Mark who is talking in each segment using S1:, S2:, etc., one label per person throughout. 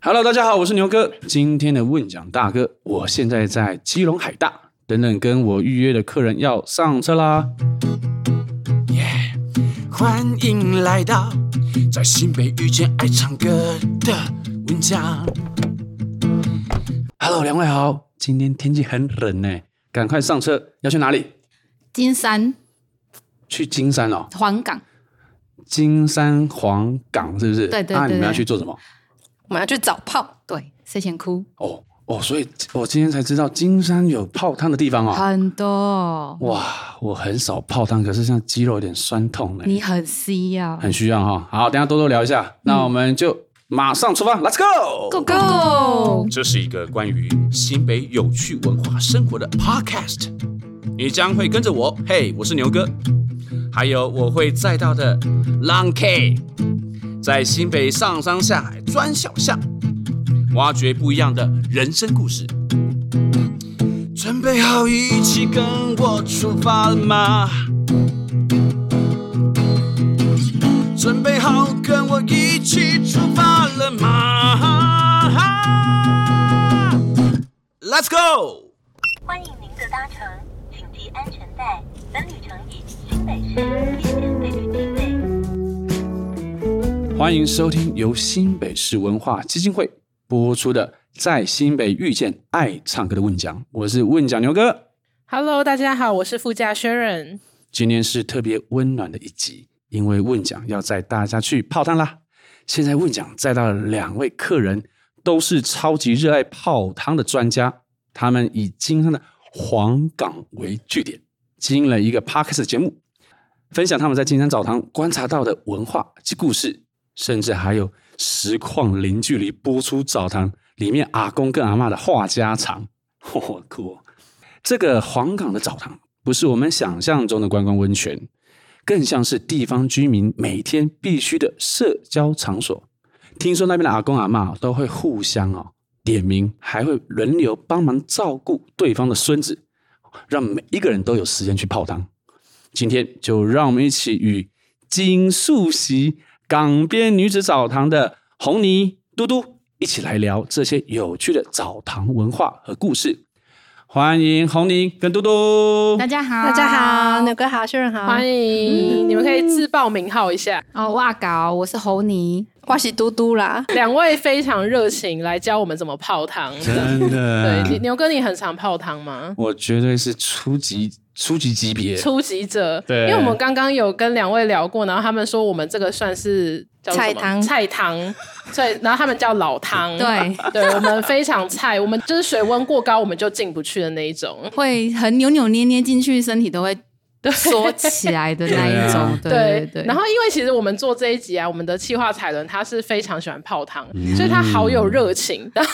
S1: Hello，大家好，我是牛哥。今天的问讲大哥，我现在在基隆海大，等等跟我预约的客人要上车啦。
S2: 欢迎来到在新北遇见爱唱歌的文江。
S1: Hello，两位好，今天天气很冷呢，赶快上车，要去哪里？
S3: 金山
S1: 去金山哦，
S3: 黄冈，
S1: 金山黄港是不是？
S3: 对对
S1: 那你们
S3: 对
S1: 要
S3: 对
S1: 去做什么？
S4: 我们要去找炮，
S3: 对，谁先哭？
S1: 哦哦，所以我今天才知道金山有泡汤的地方哦。
S3: 很多，
S1: 哇，我很少泡汤，可是像肌肉有点酸痛呢，
S3: 你很需要。
S1: 很需要哈、好，等一下多多聊一下，那我们就马上出发，Let's go！
S3: Go go！
S2: 这是一个关于新北有趣文化生活的 Podcast，你将会跟着我，嘿，我是牛哥，还有我会载到的浪 K，在新北上山下海钻小巷，挖掘不一样的人生故事。准备好一起跟我出发了吗？准备好跟我一起出发了吗？Let's go！
S5: 欢迎您的搭乘，请系安全带。本旅程以新北市夜间费率计费。
S1: 欢迎收听由新北市文化基金会播出的《在新北遇见爱唱歌的问讲》，我是问讲牛哥。
S6: Hello，大家好，我是副驾 Sharon。
S1: 今天是特别温暖的一集，因为问讲要载大家去泡汤啦。现在问讲载到了两位客人，都是超级热爱泡汤的专家，他们以金山的黄冈为据点，经营了一个 podcast 节目，分享他们在金山澡堂观察到的文化及故事，甚至还有实况零距离播出澡堂里面阿公跟阿嬷的话家常， 嚯、哦，酷哦！这个黄冈的澡堂不是我们想象中的观光温泉，更像是地方居民每天必须的社交场所。听说那边的阿公阿嬷都会互相哦点名，还会轮流帮忙照顾对方的孙子，让每一个人都有时间去泡汤。今天就让我们一起与金素席港边女子澡堂的红泥嘟嘟一起来聊这些有趣的澡堂文化和故事。欢迎红泥跟嘟嘟。
S3: 大家好，
S4: 大家好，牛哥好，薛仁好，嗯
S6: 欢迎、你们可以自报名号一下。
S3: 哦，哇搞，我是猴尼，
S4: 我是嘟嘟 啦。
S6: 两位非常热情，来教我们怎么泡汤。
S1: 真
S6: 对，你
S1: 的，
S6: 牛哥，你很常泡汤吗？
S1: 我绝对是初级初级级别，
S6: 初级者，
S1: 对
S6: 因为我们刚刚有跟两位聊过，然后他们说我们这个算是叫什么
S4: 菜汤
S6: 菜汤，所以然后他们叫老
S4: 嗯
S6: 汤，
S3: 对，
S6: 对，我们非常菜，我们就是水温过高我们就进不去的那一种。
S3: 会很扭扭捏捏进去，身体都会缩起来的那一种。对对对，
S6: 然后因为其实我们做这一集啊，我们的企划彩伦他是非常喜欢泡汤，
S3: 嗯
S6: 所以他好有热情。 然后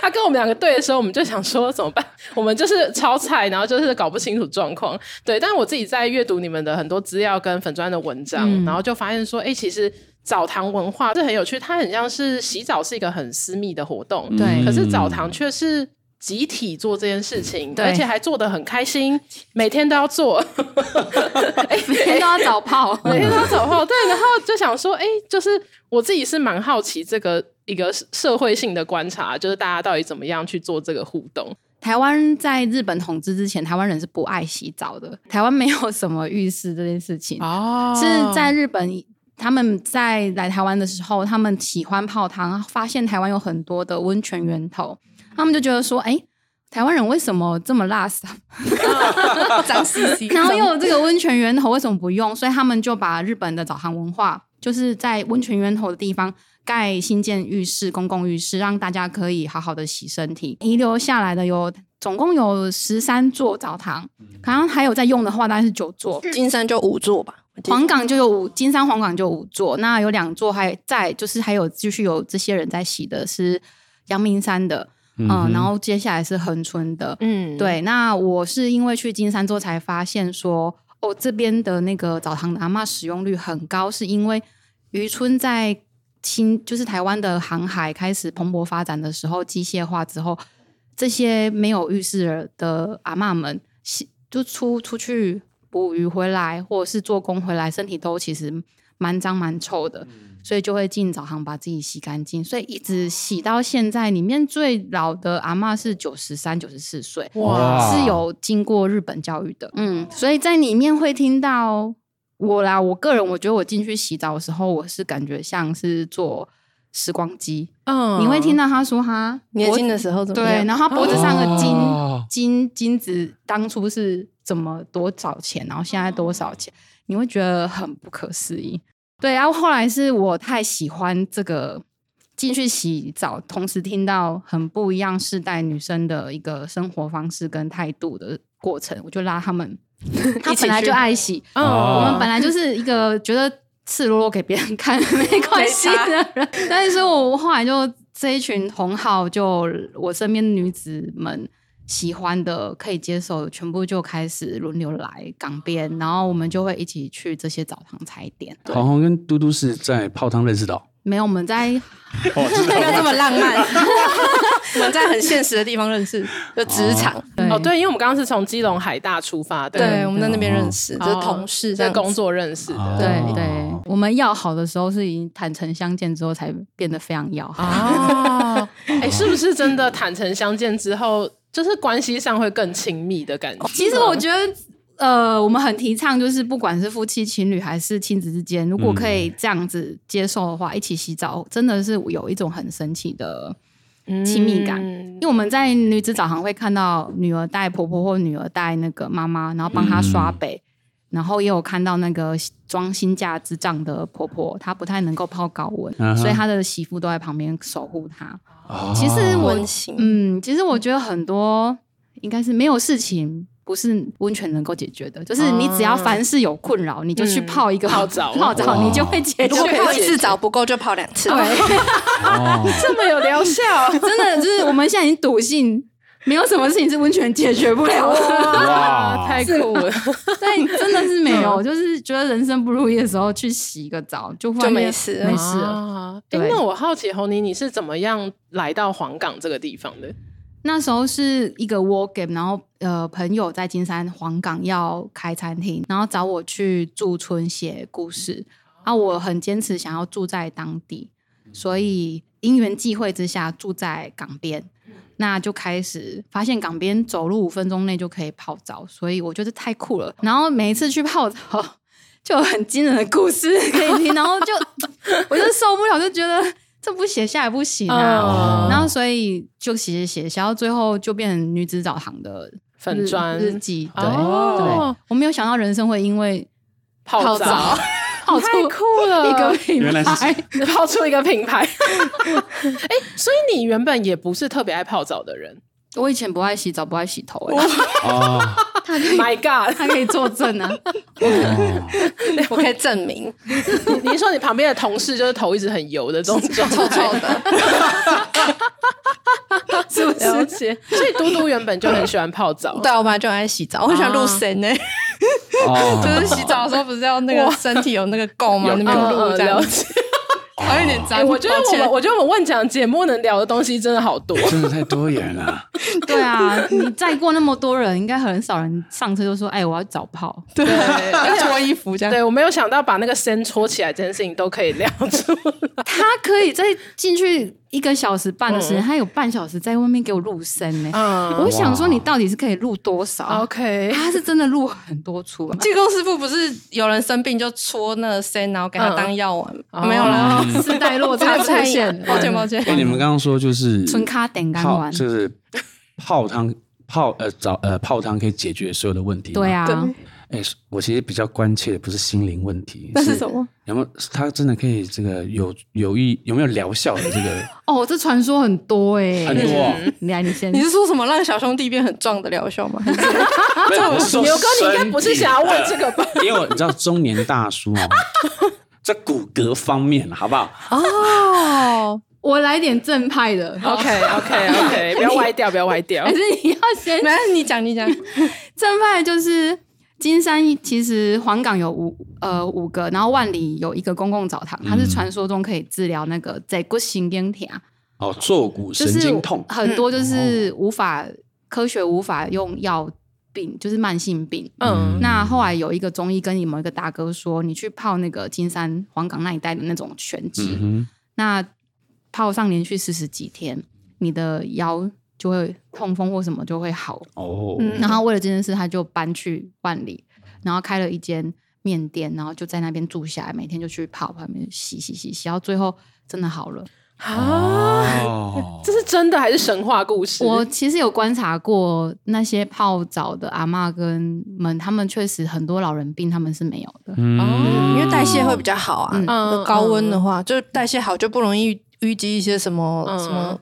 S6: 他跟我们两个对的时候，我们就想说怎么办？我们就是超菜，然后就是搞不清楚状况。对，但我自己在阅读你们的很多资料跟粉砖的文章，
S3: 嗯
S6: 然后就发现说，哎、其实。澡堂文化这很有趣，它很像是洗澡是一个很私密的活动，
S1: 嗯
S3: 对
S6: 可是澡堂却是集体做这件事情，
S3: 对
S6: 而且还做得很开心，每天都要做。
S3: 每天都要早 泡，
S6: 每天都走后，对，然后就想说，哎、就是我自己是蛮好奇这个一个社会性的观察，就是大家到底怎么样去做这个互动。
S3: 台湾在日本统治之前，台湾人是不爱洗澡的，台湾没有什么浴室这件事情。
S6: 哦
S3: 是在日本，他们在来台湾的时候，他们喜欢泡汤，发现台湾有很多的温泉源头，他们就觉得说，哎、台湾人为什么这么辣死？
S4: 脏兮兮，
S3: 然后又有这个温泉源头，为什么不用？所以他们就把日本的澡堂文化，就是在温泉源头的地方盖新建浴室、公共浴室，让大家可以好好的洗身体。遗留下来的有总共有十三座澡堂，好像还有在用的话，大概是九座。
S4: 金山就五座吧，我记得
S3: 黄港就有五，金山黄港就有五座，那有两座还在，就是还有继续有这些人在洗的是阳明山的，嗯，
S1: 哼
S3: 然后接下来是恒春的，
S6: 嗯，
S3: 对。那我是因为去金山之后才发现说，哦，这边的那个澡堂的阿嬷使用率很高，是因为渔村在新就是台湾的航海开始蓬勃发展的时候，机械化之后，这些没有浴室的阿嬷们洗就出出去捕鱼回来，或者是做工回来，身体都其实蛮脏蛮臭的，所以就会进澡堂把自己洗干净，所以一直洗到现在。里面最老的阿嬷是九十三、九十四岁，
S1: 哇
S3: 是有经过日本教育的，嗯，所以在里面会听到我啦，我个人我觉得我进去洗澡的时候，我是感觉像是做时光机，
S6: 嗯
S3: 你会听到他说他
S4: 年轻
S3: 的。
S4: 的时候怎么
S3: 对，
S4: 样？
S3: 然后他脖子上的金、
S1: 哦
S3: 金金子，当初是怎么多少钱，然后现在多少钱，你会觉得很不可思议。对，然后后来是我太喜欢这个进去洗澡，同时听到很不一样世代女生的一个生活方式跟态度的过程，我就拉他 们，他本来就爱洗，
S6: 嗯
S1: 哦
S3: 我们本来就是一个觉得赤裸裸给别人看没关系的人，但是我后来就这一群同好，就我身边的女子们喜欢的、可以接受的，全部就开始轮流来港边，然后我们就会一起去这些澡堂踩点。对，
S1: 黄黄跟嘟嘟是在泡汤认识的哦，
S3: 没有我们在
S4: 不要这么浪 漫。我们在很现实的地方认识，就职场。
S6: 哦，，对，因为我们刚刚是从基隆海大出发的，
S4: 对，我们在那边认识，
S6: 哦
S4: 就是同事这
S6: 在
S4: 样子
S6: 工。作认识的。
S1: 哦
S3: 对对，我们要好的时候是已经坦诚相见之后才变得非常要好。
S6: 哦，哎，是不是真的坦诚相见之后，就是关系上会更亲密的感觉？
S3: 哦其实我觉得，呃，我们很提倡，就是不管是夫妻、情侣还是亲子之间，如果可以这样子接受的话，一起洗澡真的是有一种很神奇
S1: 嗯
S3: 的亲密感。
S6: 嗯
S3: 因为我们在女子澡堂会看到女儿带婆婆或女儿带那个妈妈，然后帮她刷背。
S1: 嗯
S3: 然后也有看到那个装新架之障的婆婆，她不太能够泡高温
S1: 嗯哼
S3: 所以她的媳妇都在旁边守护她。
S1: 哦
S3: 其实我
S4: 温馨
S3: 嗯，其实我觉得很多应该是没有事情不是温泉能够解决的，就是你只要凡事有困扰，你就去
S6: 嗯
S3: 泡一个
S6: 泡澡
S3: 泡澡
S1: 哇
S3: 你就会解决
S4: 如。果泡一
S3: 对，
S4: 次澡不够，就泡两次。
S1: 哦
S6: 这么有疗效，
S3: 真的就是我们现在已经笃信，没有什么事情是温泉解决不了
S1: 哦
S3: 的。
S1: 哇
S6: 啊太酷 了！
S3: 对，真的是没有，就是觉得人生不如意的时候去洗一个澡，就忽然
S4: 就没
S3: 间
S4: 事了
S3: 没事了。
S6: 啊哎，
S3: 对
S6: 那我好奇红妮，你是怎么样来到黄冈这个地方的？
S3: 那时候是一个 war game，然后呃，朋友在金山黄冈要开餐厅，然后找我去驻村写故事，啊，我很坚持想要住在当地，所以因缘际会之下住在港边，那就开始发现港边走路五分钟内就可以泡澡，所以我觉得太酷了。然后每一次去泡澡， 就有很惊人的故事可以听，然后就 我就受不了，就觉得这不写下来不行啊。
S6: 嗯
S1: 哦
S3: 然后所以就写写写，写到最后就变成女子澡堂的
S6: 粉砖
S3: 日日记。对、
S6: 哦
S3: 对，我没有想到人生会因为
S6: 泡澡，
S3: 泡出
S6: 太酷了！
S3: 一个品牌，
S1: 原来是
S6: 泡出一个品 牌。哎，所以你原本也不是特别爱泡澡的 人
S3: 我以前不爱洗澡，不爱洗头、欸，
S1: 哦
S6: ，My God！
S3: 他可以作证 啊。
S1: 哦，
S4: 我可以证 明，
S6: 你你说你旁边的同事就是头一直很油的这种状
S4: 臭
S6: 态，
S4: 臭 的。
S6: 是不是？了解。 所以嘟嘟原本就很喜欢泡澡，
S4: 对，我本来就很爱洗澡，我很喜欢露欸身呢、
S1: 哦
S4: 就是洗澡的时候不是要那个身体有那个垢吗？
S1: 有
S4: 那
S6: 嗯，
S4: 边露
S6: 嗯
S4: 这样
S6: 了
S4: 子，
S6: 解。
S4: 哦还有点
S6: 哎、
S4: 脏。
S6: 我觉得
S4: 抱
S6: 我
S4: 歉
S6: 们，我觉得我们问讲节目能聊的东西真的好多。
S1: 真的太多元 了，
S3: 对啊，你载过那么多人，应该很少人上车就说：“哎、我要早泡。
S4: 对，要脱衣服这 样。
S6: 对，我没有想到把那个先搓起来这件事情都可以聊出来。”
S3: 他可以在进去一个小时半的时间，他有半小时在外面给我入身呢、
S6: 嗯
S3: 我想说，你到底是可以入多少？
S6: ，OK，
S3: 他是真的入很多出、啊。
S4: 济公师傅不是有人生病就戳那个身，然后给他当药丸吗？
S6: 嗯
S4: 没有啦，
S3: 哦时代落差出现了，
S4: 抱歉抱歉。
S1: 哎，你们刚刚说就是
S3: 纯卡点干
S1: 泡，
S3: 完，
S1: 就是泡汤泡呃澡呃泡汤可以解决所有的问题，
S3: 对。啊，
S1: 哎，我其实比较关切的不是心灵问 题，
S4: 那是什么？
S1: 有没有它真的可以这个有有益有没有疗效的这个
S3: 哦，这传说很多哎，
S1: 很多哦
S3: 嗯来，你先
S4: 你，是说什么让小兄弟变很壮的疗效吗？
S1: 没有，我是说
S6: 牛哥，你应该
S1: 身
S6: 不是
S1: 体
S6: 想要问这个吧？
S1: 因为我你知道中年大叔哦， 在骨骼方面好不好？
S4: 哦，
S3: 我来点正派的
S6: OK OK OK，不要歪掉，不要歪掉
S3: 还。是你要先
S4: 没事，你讲你讲。
S3: 正派就是金山，其实黄冈有五呃五个，然后万里有一个公共澡堂，
S1: 嗯
S3: 它是传说中可以治疗那个在骨神经痛，
S1: 哦，坐骨
S3: 啊就
S1: 神
S3: 是
S1: 经痛，嗯
S3: 很多就是无法科学无法用药病，就是慢性病。
S6: 嗯，
S3: 那后来有一个中医跟你某一个大哥说，你去泡那个金山黄冈那一带的那种全脂，
S1: 嗯
S3: 那泡上连续四十几天，你的腰就会痛风或什么就会好。
S1: 哼，哦，
S4: 嗯
S3: 然后为了这件事，他就搬去万里，然后开了一间面店，然后就在那边住下来，每天就去泡泡那边洗洗洗洗，到最后真的好了。
S6: 啊，
S1: 哦
S6: 这是真的还是神话故事？
S3: 我其实有观察过那些泡澡的阿嬷跟们，他们确实很多老人病他们是没有的。
S6: 哦
S1: 嗯，
S4: 因为代谢会比较好啊。
S3: 嗯
S6: 嗯
S4: 高温的话，就是代谢好，就不容易淤积一些什么、
S6: 嗯
S4: 什么，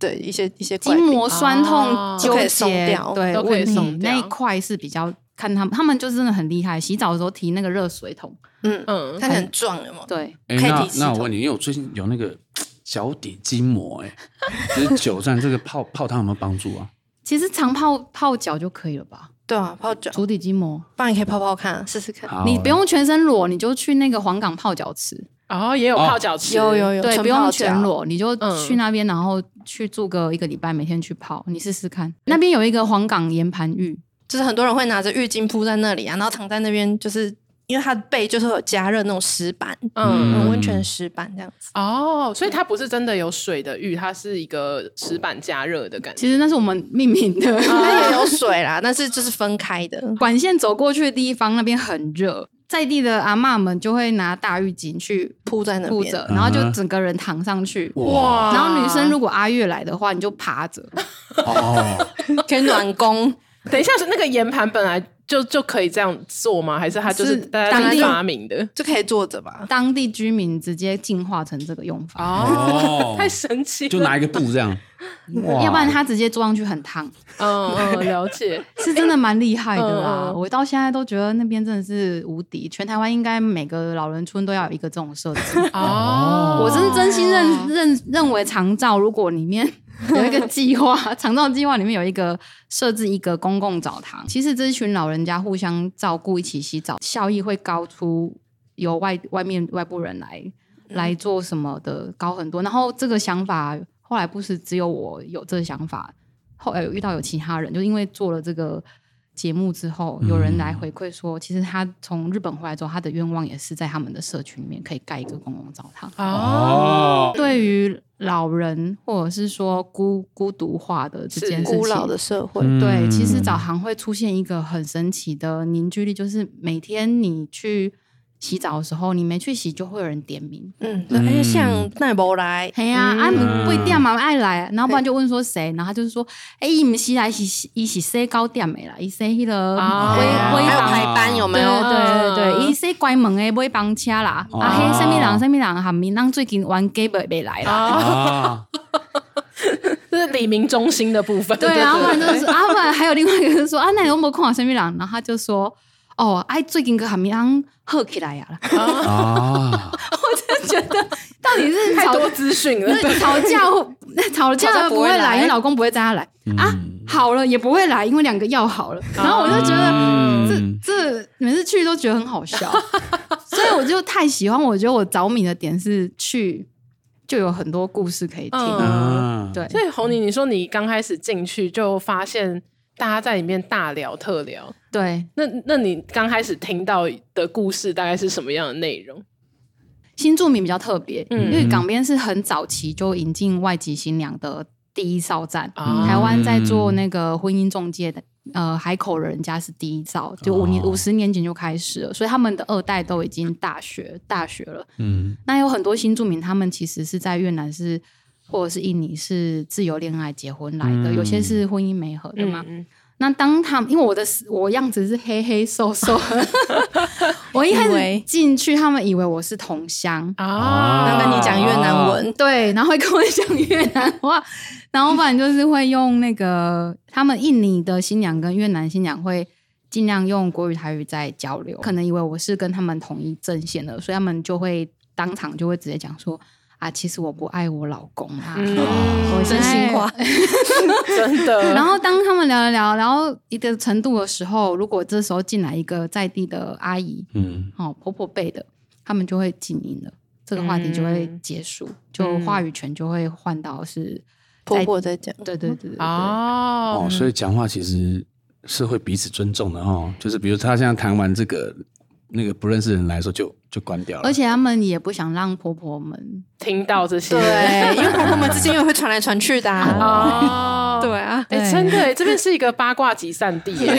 S4: 对一些一些怪
S3: 筋
S4: 病
S3: 膜酸
S6: 哦
S3: 痛
S4: 都
S3: 纠
S4: 可以松
S3: 结
S4: 掉，
S3: 对
S6: 都可以
S3: 问题
S6: 松掉
S3: 那一块是比较看他们，他们就真的很厉害。洗澡的时候提那个热水桶，
S4: 嗯，
S6: 嗯，
S4: 看起来很壮，有吗？
S3: 对，
S1: 哎，
S4: 可以
S1: 那
S4: 提系
S1: 那我
S4: 统
S1: 问你，因为我最近有那个脚底筋膜，哎， 就是久站这个泡泡汤有没有帮助啊？
S3: 其实常泡泡脚就可以了吧？
S4: 对啊，泡脚，
S3: 足底筋膜，
S4: 不然你可以泡泡看，试试看。
S1: 好
S3: 你不用全身裸，你就去那个黄冈泡脚池，
S6: 哦，也有
S1: 哦
S6: 泡脚池，
S4: 有有有，
S3: 对，
S4: 纯
S3: 不用
S4: 泡脚
S3: 全。裸，你就
S6: 嗯
S3: 去那边，然后去住个一个礼拜，每天去泡，你试试看。那边有一个黄冈岩盘浴，
S4: 就是很多人会拿着浴巾铺在那里啊，然后躺在那边，就是因为它的背就是会有加热那种石板，
S6: 嗯
S1: 嗯
S4: 嗯，温泉石板这样子。
S6: 哦，所以它不是真的有水的浴，它是一个石板加热的感觉。
S3: 其实那是我们命名的。
S4: 那也有水啦，但是就是分开的。
S3: 管线走过去的地方，那边很热，在地的阿嬷们就会拿大浴巾去
S4: 铺在那
S3: 铺
S4: 边
S3: 着，
S1: 嗯
S3: 然后就整个人躺上去。
S1: 哇
S3: 然后女生如果阿月来的话，你就趴着。
S1: 哦，
S4: 可以暖宫，
S6: 等一下，是那个岩盘本来就就可以这样做吗？还是它就是
S3: 是
S6: 大
S4: 当
S6: 家
S4: 然
S6: 自
S4: 就
S6: 己发明的？
S4: 就可以坐着吧。
S3: 当地居民直接进化成这个用法，
S1: 哦
S6: 太神奇了！
S1: 就拿一个布这样，哇
S3: 要不然他直接坐上去很烫，
S6: 嗯嗯，了 解。
S3: 是真的蛮厉害的啦。
S6: 嗯嗯
S3: 我到现在都觉得那边真的是无敌，全台湾应该每个老人村都要有一个这种设置。
S6: 哦，
S3: 我真真心认认认为长照，如果里面有一个计划，长照计划里面有一个设置一个公共澡堂，其实这一群老人家互相照顾，一起洗澡，效益会高出由外外面外部人来来做什么的高很多。然后这个想法后来不是只有我有这个想法，后来有遇到有其他人，就因为做了这个。节目之后，有人来回馈说，其实他从日本回来之后，他的愿望也是在他们的社群里面可以盖一个公共澡堂。
S1: 哦，
S3: 对于老人或者是说孤孤独化的这件事情，
S4: 古老的社会，
S1: 嗯
S3: 对，其实澡堂会出现一个很神奇的凝聚力，就是每天你去洗澡的时候，你没去洗就会有人点名。
S4: 嗯，对而且像奈博来，
S3: 哎呀，啊，你
S1: 嗯
S3: 不一定嘛，爱来，然后不然就问说谁，然后他就是说，哎，伊唔是来洗洗，伊是洗高点的啦，伊洗迄个
S6: 啊
S3: 哦微微
S4: 还有
S3: 房
S4: 排班有没
S3: 对
S4: 有？
S3: 对对对，伊说关门的买房车啦，
S1: 哦
S3: 啊嘿，什么人什么人，含面咱最近冤家袂袂来啦。
S1: 啊，
S6: 这是李明中心的部分。
S3: 对，然后不然就是啊，不然还有另外一个就是说啊，那你有没有看我身边人？然后他就说哦，哎，最近个韩明昂喝起来呀，
S1: 啊，
S3: 到底 是
S6: 太
S3: 吵
S6: 多资讯了。
S3: 是 吵架或吵
S4: 吵
S3: 架
S4: 架
S3: 不
S4: 不
S3: 会
S4: 会
S3: 来，
S4: 来
S3: 因为老公不会带他来啊，
S1: 嗯
S3: 好了也不会来，因为两个要好了。然后我就觉得
S1: 嗯
S3: 这这每次去都觉得很好笑， 所以我就太喜欢。我觉得我着迷的点是去就有很多故事可以听，
S1: 啊，
S3: 嗯对。
S6: 所以红妮，你说你刚开始进去就发现大家在里面大聊特聊，
S3: 对，
S6: 那那你刚开始听到的故事大概是什么样的内容？
S3: 新住民比较特别，因
S6: 嗯
S3: 为港边是很早期就引进外籍新娘的第一哨站，
S6: 啊
S3: 台湾在做那个婚姻中介的。呃，海口人家是第一哨，就五年
S1: 哦
S3: 五十、年前就开始了，所以他们的二代都已经大学大学了。
S1: 嗯，
S3: 那有很多新住民，他们其实是在越南是或者是印尼是自由恋爱结婚来的，
S1: 嗯
S3: 有些是婚姻没合的嘛。
S6: 嗯
S3: 那当他们因为我的我样子是黑黑瘦瘦，我一开
S4: 以
S3: 始
S4: 为
S3: 进去，他们以为我是同乡，
S6: 啊，
S4: 那跟你讲越南文，
S3: 对，然后会跟我讲越南话，然后不然就是会用那个他们印尼的新娘跟越南新娘会尽量用国语台语在交流，可能以为我是跟他们同一阵线的，所以他们就会当场就会直接讲说啊，其实我不爱我老公啊，我现
S4: 真
S3: 在
S4: 心话。
S6: 真 的，
S3: 然后当他们聊了聊聊到一个程度的时候，如果这时候进来一个在地的阿姨，
S1: 嗯，
S3: 哦婆婆辈的，他们就会静音了，这个话题就会
S6: 嗯
S3: 结束，就话
S4: 嗯
S3: 语权就会换到是
S4: 婆婆在讲，啊
S3: 对对对对对，
S6: 哦
S1: 哦，所以讲话其实是会彼此尊重的哦。就是比如他现在谈完这个，那个不认识的人来说就就关掉了，
S3: 而且他们也不想让婆婆们
S6: 听到这些，
S4: 对，因为婆婆们之间也会传来传去的、啊。
S6: 哦，
S4: 对啊，
S6: 哎、
S3: 对
S6: 真的耶，这边是一个八卦集散地耶，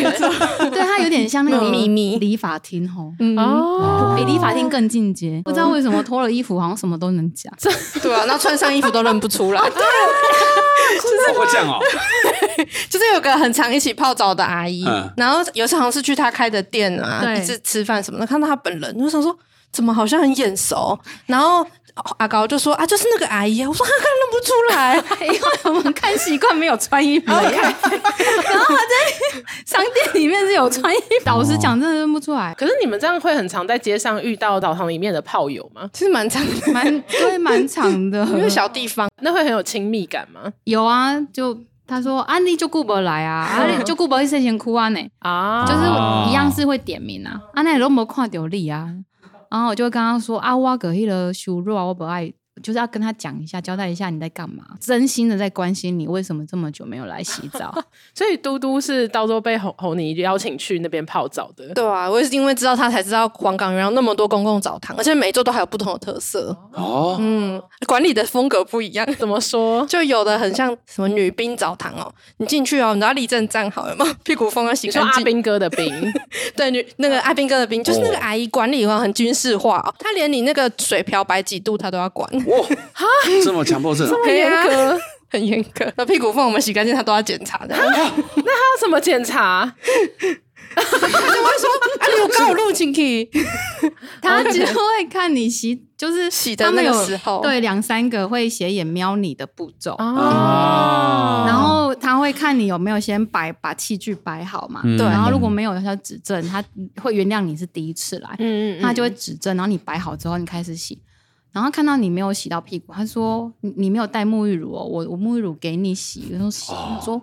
S3: 对他有点像 那个
S4: 秘密
S3: 理发厅吼，
S4: 嗯，
S6: 哦，
S3: 比理发厅更进阶。不知道为什么脱了衣服好像什么都能 讲，
S4: 对啊，然后穿上衣服都认不出来。
S1: 会这样哦。
S3: 嗯
S4: 就是有个很常一起泡澡的阿姨，
S1: 嗯
S4: 然后有时候好像是去她开的店啊，
S3: 对
S4: 一直吃饭什么的，看到她本人，就想说怎么好像很眼熟，然后。哦阿高就说啊，就是那个阿姨啊，我说她看认不 出来，
S3: 因为我们看习惯没有穿衣服，然后在商店里面是有穿衣服。老实讲，真的认不出来，
S6: 可是你们这样会很常在街上遇到澡堂里面的炮友吗？
S4: 其实蛮常的，
S3: 蛮对，蛮长的。
S4: 因为小地方，
S6: 那会很有亲密感吗？
S3: 有啊，就他说安利就顾不来 啊，啊你就顾不会睡前哭啊呢，
S6: 啊，
S3: 就是一样是会点名 啊，啊那都没看到你啊，然后我就跟他说啊，我给迄个羞辱啊，我不爱。就是要跟他讲一下，交代一下你在干嘛，真心的在关心你为什么这么久没有来洗 澡。
S6: 所以嘟嘟是到时候被红红泥邀请去那边泡澡的。
S4: 对啊，我也是因为知道她才知道黄冈原来有那么多公共澡堂，而且每一座都还有不同的特色，
S1: 哦，
S4: 嗯，管理的风格不一样，
S6: 怎么说？
S4: 就有的很像什么女兵澡堂哦，你进去哦，你知道立正站好了吗？屁股风要洗
S6: 你说
S4: 干
S6: 阿
S4: 净。
S6: 兵哥的 兵，
S4: 对，女那个阿兵哥的兵，就是那个
S1: 哦
S4: 阿姨管理话很军事化、哦，她连你那个水漂白几度她都要管，
S1: 哇，这么强迫症哦，
S4: 很严格， 很严格。那屁股缝我们洗干净， 她都要检查的。
S6: 他怎么检查？
S4: 阿姨，我啊刚有录进去，
S3: 他只会看你洗，就是
S4: 洗的
S3: 他们
S4: 那个
S3: 有
S4: 时候
S3: 对，两三个会斜眼瞄你的步骤，
S1: 哦
S3: 然后他会看你有没有先摆把器具摆好嘛，
S1: 嗯
S4: 对
S3: 然后如果没有，他就指正，他会原谅你是第一次来，
S6: 嗯
S3: 他就会指正，然后你摆好之后，你开始洗。然后看到你没有洗到屁股，他说你你没有带沐浴乳哦，我我沐浴乳给你洗，我说洗，
S6: 哦
S3: 他说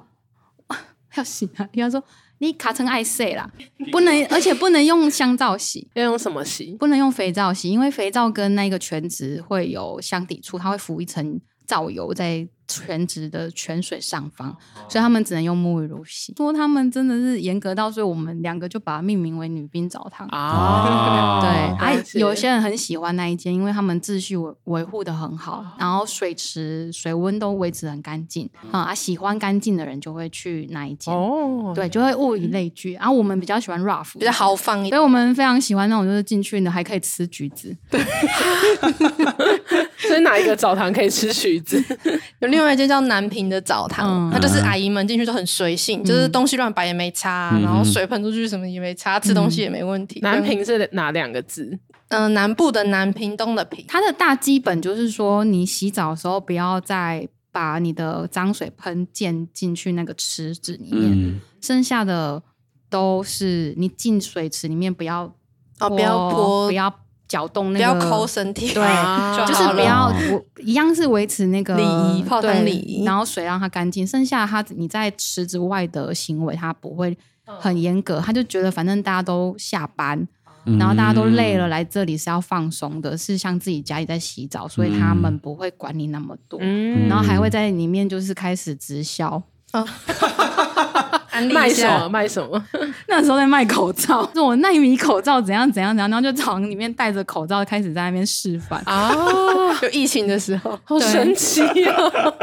S3: 哇要洗哪里？他说你卡成爱洗 啦，不能，而且不能用香皂洗，
S6: 要用什么洗？
S3: 不能用肥皂洗，因为肥皂跟那个全脂会有相抵触，它会浮一层皂油在全脂的泉水上方，
S6: 哦
S3: 所以他们只能用沐浴乳洗。说他们真的是严格到，所以我们两个就把它命名为女兵澡堂。
S1: 啊
S3: 对，
S1: 哦
S3: 哎、
S6: 了解
S3: 有些人很喜欢那一间，因为他们秩序维维护的很
S6: 啊
S3: 好，然后水池水温都维持得很干净啊、啊喜欢干净的人就会去那一间，
S6: 嗯哦，
S3: 对，就会物以类聚。然、后、我们比较喜欢 rough，
S4: 比较豪放一
S3: 所
S4: 点。
S3: 以我们非常喜欢那种，就是进去呢还可以吃橘子，
S6: 所以哪一个澡堂可以吃橘子？
S4: 有另外一间叫南平的澡堂，
S3: 嗯
S4: 它就是阿姨们进去都很随性，就是东西乱摆也没擦啊、
S1: 嗯
S4: 然后水喷出去什么也没擦，吃东西也没问题。
S6: 南平是哪两个字？
S4: 嗯、呃南部的南，屏东的屏。
S3: 它的大基本就是说，你洗澡的时候不要再把你的脏水喷溅进去那个池子里面，
S1: 嗯，
S3: 剩下的都是你进水池里面不要
S4: 哦不要泼
S3: 不要搅动那
S4: 不
S3: 个，
S4: 要抠身体，
S3: 对
S6: 就
S3: 就是
S4: 好
S3: 不
S4: 了
S3: 要我一样是维持那个
S4: 礼仪泡汤
S3: 对
S4: 礼仪
S3: 然后水让它干净，剩下它你在池子外的行为，它不会很严格，他就觉得反正大家都下班。然后大家都累了，来这里是要放松的，是像自己家里在洗澡，所以他们不会管你那么多，
S6: 嗯，
S3: 然后还会在里面就是开始直销。
S4: 安利
S6: 卖
S4: 一
S6: 什么
S4: 下。
S6: 卖什么？
S3: 那时候在卖口 罩，说我纳米口罩怎样怎样怎样，然后就从里面戴着口罩开始在那边示范。
S6: 啊，
S4: 有疫情的时候，
S6: 好神奇哦！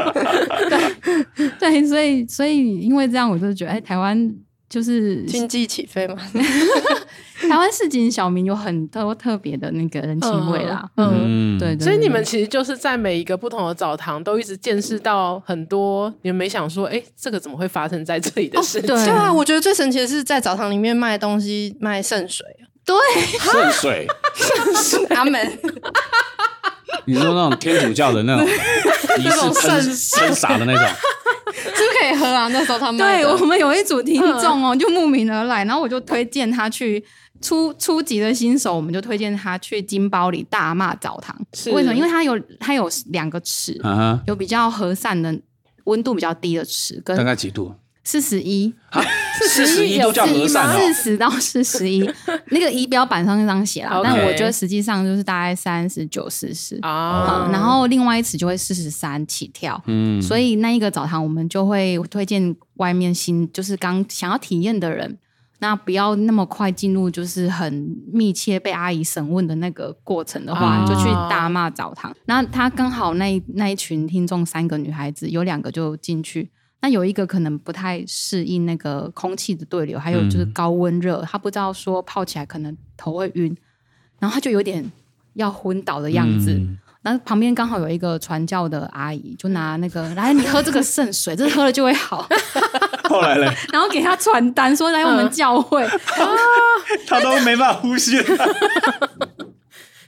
S3: 对，所以所以因为这样，我就觉得哎、台湾就是
S4: 经济起飞嘛，
S3: 台湾市井小民有很多特别的那个人情味啦。
S6: 嗯，
S1: 嗯，
S3: 对，对
S6: 所以你
S3: 对
S6: 们其实就是在每一个不同的澡堂都一直见识到很多你们没想说，哎、这个怎么会发生在这里的事情？
S3: 对
S4: 对啊，我觉得最神奇的是在澡堂里面卖东西，卖圣水，啊
S1: 圣水，
S4: 阿 门，
S1: 你说那种天主教的那种仪式喷喷洒的那种，
S4: 是不是可以喝啊？那时候他卖
S3: 对
S4: 的，
S3: 我们有一组听众哦，就慕名而来，然后我就推荐他去初初级的新手，我们就推荐他去金包里大骂澡堂。
S6: 是
S3: 为什么？因为它有它有两个池，
S1: 啊哈，
S3: 有比较和善的温度比较低的池，
S1: 大
S3: 跟
S1: 概几度？
S3: 四十一，
S1: 四十一都叫和尚啊、
S3: 四十到四十一， 那个仪表板上那张写啦
S6: OK
S3: 但我觉得实际上就是大概三十九、四十
S6: 啊
S3: 嗯，然后另外一尺就会四十三起跳，
S1: 嗯，
S3: 所以那一个澡堂我们就会推荐外面新就是刚想要体验的人，那不要那么快进入就是很密切被阿姨审问的那个过程的话，
S6: 啊
S3: 就去大骂澡堂。那他刚好那一那一群听众三个女孩子，有两个就进去。那有一个可能不太适应那个空气的对流，还有就是高温热，他不知道说泡起来可能头会晕，然后他就有点要昏倒的样子。
S1: 嗯
S3: 然后旁边刚好有一个传教的阿姨，就拿那个来，你喝这个圣水，这喝了就会 好。
S1: 后来嘞，
S3: 然后给他传单说来我
S6: 嗯
S3: 们教 会，
S1: 他都没办法呼吸了。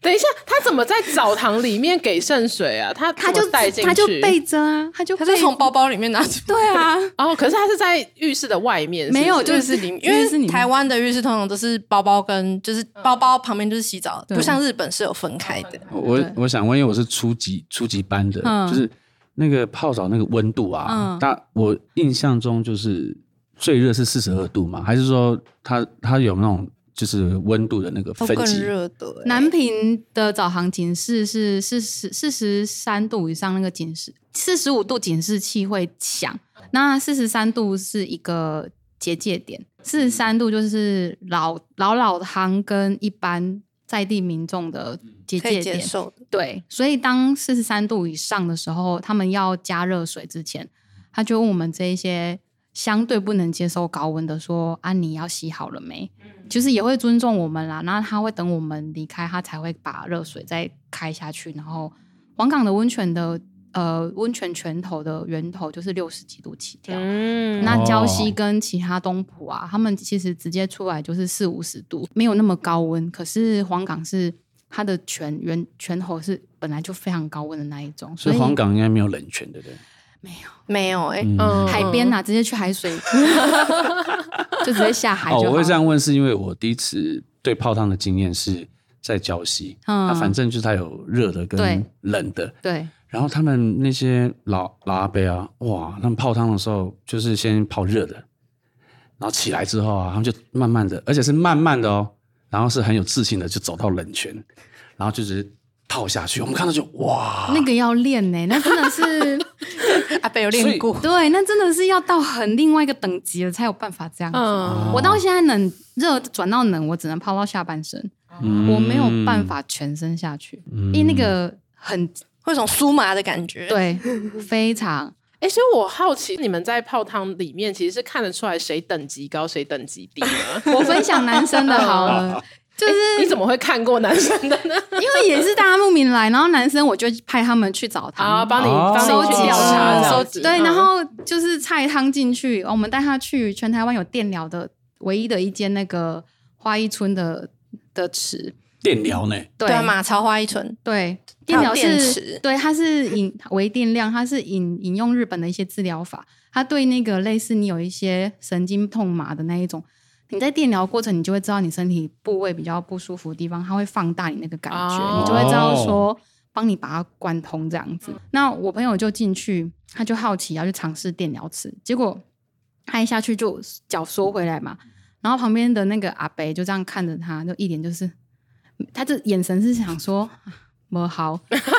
S6: 等一下，他怎么在澡堂里面给圣水啊？他
S3: 他
S6: 怎
S3: 就
S6: 么带进去，
S3: 他就背着啊，他就
S4: 他
S3: 背
S4: 就从包包里面拿出，
S3: 对 啊，
S6: 哦，可是他是在浴室的外面，是不是
S3: 没有就
S4: 浴
S3: 是
S4: 室里 面，
S3: 因
S4: 因
S3: 为是
S4: 为
S3: 你
S4: 台湾的浴室通常都是包包跟就是包包旁边就是洗澡，
S3: 对
S4: 不像日本是有分开的。
S1: 我
S3: 对
S1: 我想问，因为我是初级初级班的，
S3: 嗯
S1: 就是那个泡澡那个温度啊，
S3: 嗯
S1: 大、我印象中就是最热是四十二度嘛，还是说它它有那种就是温度的那个
S4: 都
S1: 分
S4: 更
S1: 级？
S4: 热的、欸，
S3: 南平的澡堂警示是四十四十三度以上，那个警示四十五度警示器会响。那四十三度是一个结界点，四十三度就是老老老行跟一般在地民众的结
S4: 可
S3: 界
S4: 以接
S3: 点。
S4: 受的。
S3: 对，所以当四十三度以上的时候，他们要加热水之前，他就问我们这一些相对不能接受高温的说：“啊，你要洗好了没？”就是也会尊重我们啦。那他会等我们离开，他才会把热水再开下去。然后，黄冈的温泉的呃温泉泉头的源头就是六十几度起跳。
S6: 嗯，
S3: 那礁溪
S1: 哦
S3: 跟其他东埔啊，他们其实直接出来就是四五十度，没有那么高温。可是黄冈是它的泉源泉头是本来就非常高温的那一种，
S1: 所
S3: 所
S1: 以
S3: 以
S1: 黄冈应该没有冷泉，对不对？
S4: 没有哎、
S1: 嗯
S6: 嗯
S3: 海边啊呐、直接去 海水，就直接下海就
S1: 哦，
S3: 好了。
S1: 我会这样问，是因为我第一次对泡汤的经验是在礁溪，
S3: 嗯
S1: 它反正就是它有热的
S3: 对
S1: 跟冷的，
S3: 对，
S1: 然后他们那些老老阿伯啊，哇，他们泡汤的时候就是先泡热的，然后起来之后啊，他们就慢慢的，而且是慢慢的哦，然后是很有自信的就走到冷泉，然后就直接泡下去。我们看到就哇，
S3: 那个要练呢、那真的是
S4: 阿北有 练过，
S3: 对，那真的是要到很另外一个等级了才有办法这样子。
S6: 嗯，
S3: 我到现在冷热转到冷，我只能泡到下半身，嗯我没有
S1: 嗯
S3: 办法全身下去，因为那个很
S4: 会有种酥麻的感 觉。，
S3: 对，非常
S6: 哎，所以我好奇，你们在泡汤里面其实是看得出来谁等级高，谁等级低吗？
S3: 我分享男生 的好了，就是
S6: 你怎么会看过男生的 呢？
S3: 因为也是大家慕名来，然后男生我就派他们去澡
S6: 啊，
S3: 堂。
S6: 帮你帮
S1: 哦
S6: 你去调查，这样
S4: 收
S6: 子
S4: 集
S3: 对，
S6: 嗯
S3: 然后就是菜汤进去，哦我们带他去全台湾有电疗的唯一的一间那个花一村的的池，
S1: 电疗呢，
S3: 对
S4: 啊，马槽花一村，
S3: 对，
S4: 还
S3: 电
S4: 有
S3: 疗
S4: 电
S3: 是
S4: 池
S3: 对，它是引微电量，它是引引用日本的一些治疗法，它对那个类似你有一些神经痛麻的那一种，你在电疗过程，你就会知道你身体部位比较不舒服的地方，它会放大你那个感觉，
S6: 哦
S3: 你就会知道说帮你把它贯通这样子。
S4: 嗯
S3: 那我朋友就进去，他就好奇要去尝试电疗池，结果他一下去就脚缩回来嘛，然后旁边的那个阿伯就这样看着他，就一脸就是，他这眼神是想说，么好，就是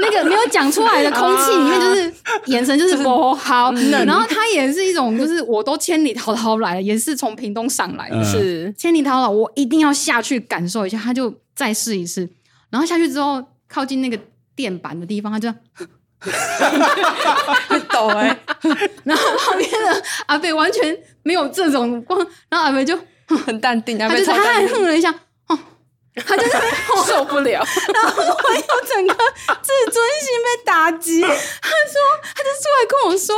S3: 那个没有讲出来的空气里面，就是眼神就是么好，然后他也是一种就是我都千里迢迢来了，也是从屏东上来的，
S1: 嗯
S6: 是
S3: 千里迢迢，我一定要下去感受一下，他就再试一试，然后下去之后靠近那个垫板的地方，他就这样。
S4: 抖哎、
S3: 然后旁边的阿北完全没有这种光，然后阿北就
S4: 很淡定，阿
S3: 他
S4: 北
S3: 就是
S4: 超
S3: 他
S4: 淡
S3: 还
S4: 定。
S3: 哼了一下，哦，他就是
S6: 受不 了，
S3: 我整个自尊心被打击。他说，他就出来跟我说。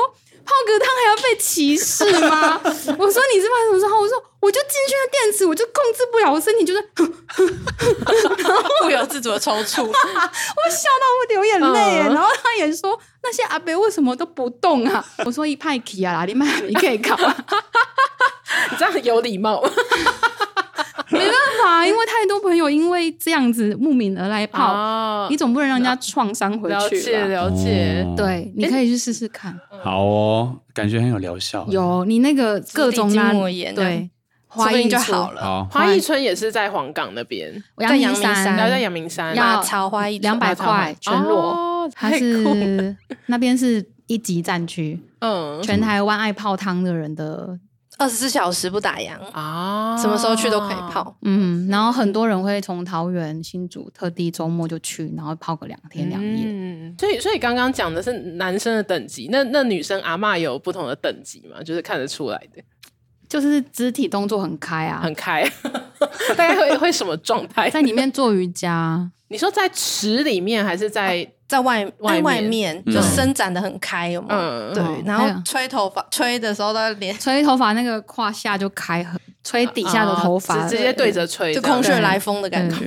S3: 泡个汤还要被歧视吗？ 我说你是怕什么时候？我说我就进去那电池，我就控制不了我身体，就是 哼
S4: 不由自主的抽 搐，
S3: 我笑到我流眼泪耶、
S6: 嗯
S3: 然后他也说那些阿伯为什么都不动啊？我说一派气啊啦，你卖你可以搞、啊，
S6: 你这样有礼貌吗？
S3: 没办法，因为太多朋友因为这样子慕名而来泡，
S6: 哦
S3: 你总不能让人家创伤回
S6: 了
S3: 去啊
S6: 解
S3: 吧？
S6: 了解，
S1: 哦
S3: 对，你可以去试试看。
S1: 好哦，感觉很有疗效。
S3: 有你那个各种
S4: 筋
S3: 啦
S4: 膜炎这样
S3: 对，
S4: 说
S3: 花
S4: 不定
S3: 艺
S4: 就
S3: 村
S4: 好，了。
S1: 好，
S6: 花艺村也是在黄冈那边，
S3: 阳
S4: 在阳
S3: 明
S4: 明山
S6: 然后
S4: 要
S6: 在阳明山，
S3: 要
S4: 马槽花艺村
S3: 两百块全裸，
S6: 哦
S3: 它
S6: 太酷了
S3: 是那边是一级战区，
S6: 嗯
S3: 全台湾爱泡汤的人的，
S4: 二十四小时不打烊，
S6: 啊
S4: 什么时候去都可以。
S6: 哦
S4: 泡。
S3: 嗯，然后很多人会从桃园、新竹特地周末就去，然后泡个两天两夜。
S6: 嗯，所以所以刚刚讲的是男生的等级，那那女生阿嬷有不同的等级嘛？就是看得出来的，
S3: 就是肢体动作很开啊
S6: 很，开， 大概会会什么状态？
S3: 在里面做瑜伽，
S6: 你说在池里面还是在
S4: 在外
S6: 外
S4: 在外
S6: 面
S4: 面
S1: 嗯
S4: 就伸展的很开，有吗？
S6: 嗯
S4: 啊对
S3: 嗯，
S4: 然
S3: 还
S4: 后
S3: 有
S4: 吹头发，吹的时候到脸
S3: 吹头发那个胯下就开很，吹底下的头发、
S6: 啊直直接对着吹，
S4: 就
S6: 这样
S4: 空穴
S3: 对
S4: 来风的感觉，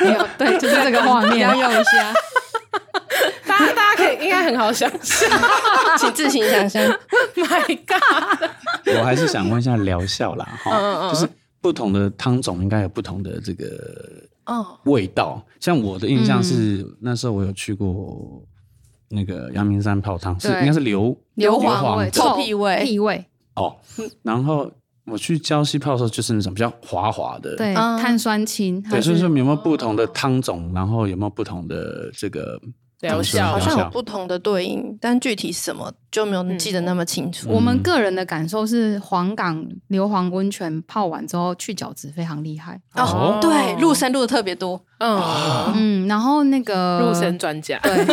S3: 没有对，就是这个 画面。
S4: 用一下，
S6: 大家大家可以应该很好想 象 ，Oh
S4: 请自行 想象。
S6: ，My God，
S1: 我还是想问一下疗效啦，
S6: 嗯嗯
S1: 哈，就是不同的汤种应该有不同的这个
S4: 哦，
S1: 味道。像我的印象是，那时候我有去过那个阳明山泡汤，是
S3: 对
S1: 应该是硫
S3: 硫
S1: 磺
S3: 磺味、
S1: 味
S4: 臭
S3: 臭
S4: 屁味
S3: 屁味，
S1: 哦。然后我去礁溪泡的时候，就是那种比较滑滑的，
S3: 对，
S4: 嗯
S3: 碳酸氢，它
S1: 对，所以
S3: 是
S1: 说有没有不同的汤种，然后有没有不同的这个
S6: 疗
S1: 怎么说
S6: 效
S4: 好
S1: 疗
S4: 像有
S1: 效？
S4: 不同的对应，但具体什么就没有记得那么清楚。
S3: 我们
S6: 嗯
S3: 个人的感受是，黄冈硫磺温泉泡完之后去角质非常厉害。
S1: 哦
S4: 哦，对，入山入的特别多，
S6: 嗯，
S3: 嗯，然后那个
S6: 入神专家，
S3: 对，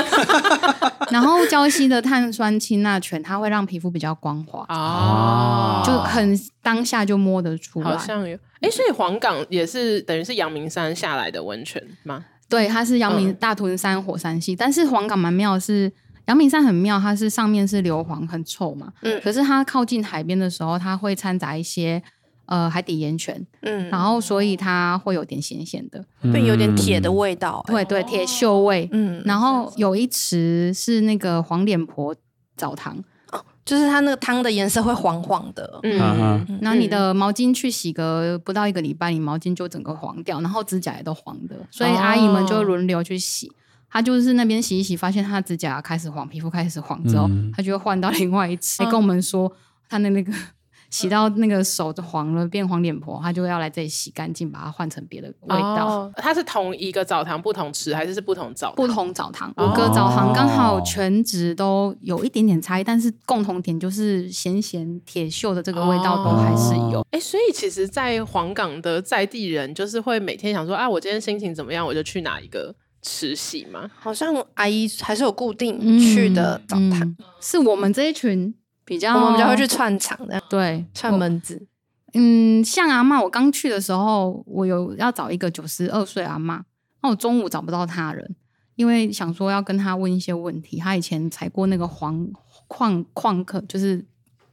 S3: 然后胶西的碳酸氢钠泉，它会让皮肤比较光滑，
S6: 啊哦，
S3: 就很当下就摸得出
S6: 好
S3: 来。
S6: 像有，哎，所以黄冈也是等于是阳明山下来的温泉吗？
S3: 对，它是阳明
S6: 嗯
S3: 大屯山火山系，但是黄冈蛮妙的是。阳明山很妙，它是上面是硫磺，很臭嘛。
S4: 嗯
S3: 可是它靠近海边的时候，它会掺杂一些呃海底盐泉，
S4: 嗯，
S3: 然后所以它会有点咸咸的，
S6: 哦
S4: 对，有点铁的味道。
S3: 对
S4: 哎
S3: 对，铁锈味。
S4: 嗯，
S3: 然后有一池是那个黄脸婆澡堂，
S4: 就是它那个汤的颜色会黄黄的，
S1: 嗯
S6: 嗯，
S3: 然后你的毛巾去洗个不到一个礼拜，你毛巾就整个黄掉，然后指甲也都黄的，所以
S6: 哦
S3: 阿姨们就轮流去洗。她就是那边洗一洗，发现她指甲开始黄，皮肤开始黄之后，
S1: 嗯
S3: 她就会换到另外一池，跟我们说她的那个洗到那个手就黄了，变黄脸婆，她就要来这里洗干净，把它换成别的味道。
S6: 哦它是同一个澡堂不同池，还是是不同澡堂？
S3: 不同澡堂，
S6: 哦
S3: 五个澡堂刚好全职都有一点点差异，但是共同点就是咸咸铁锈的这个味道都还是有。
S6: 哎、所以其实，在黄冈的在地人，就是会每天想说啊，我今天心情怎么样，我就去哪一个吃洗嘛。
S4: 好像阿姨还是有固定
S3: 嗯
S4: 去的澡堂，
S3: 嗯是我们这一群比较，
S4: 我们比较会去串场的，
S3: 对
S4: 串。门子。
S3: 嗯，像阿嬷，我刚去的时候，我有要找一个九十二岁阿嬷，那我中午找不到她人，因为想说要跟她问一些问题。她以前采过那个黄矿矿坑，就是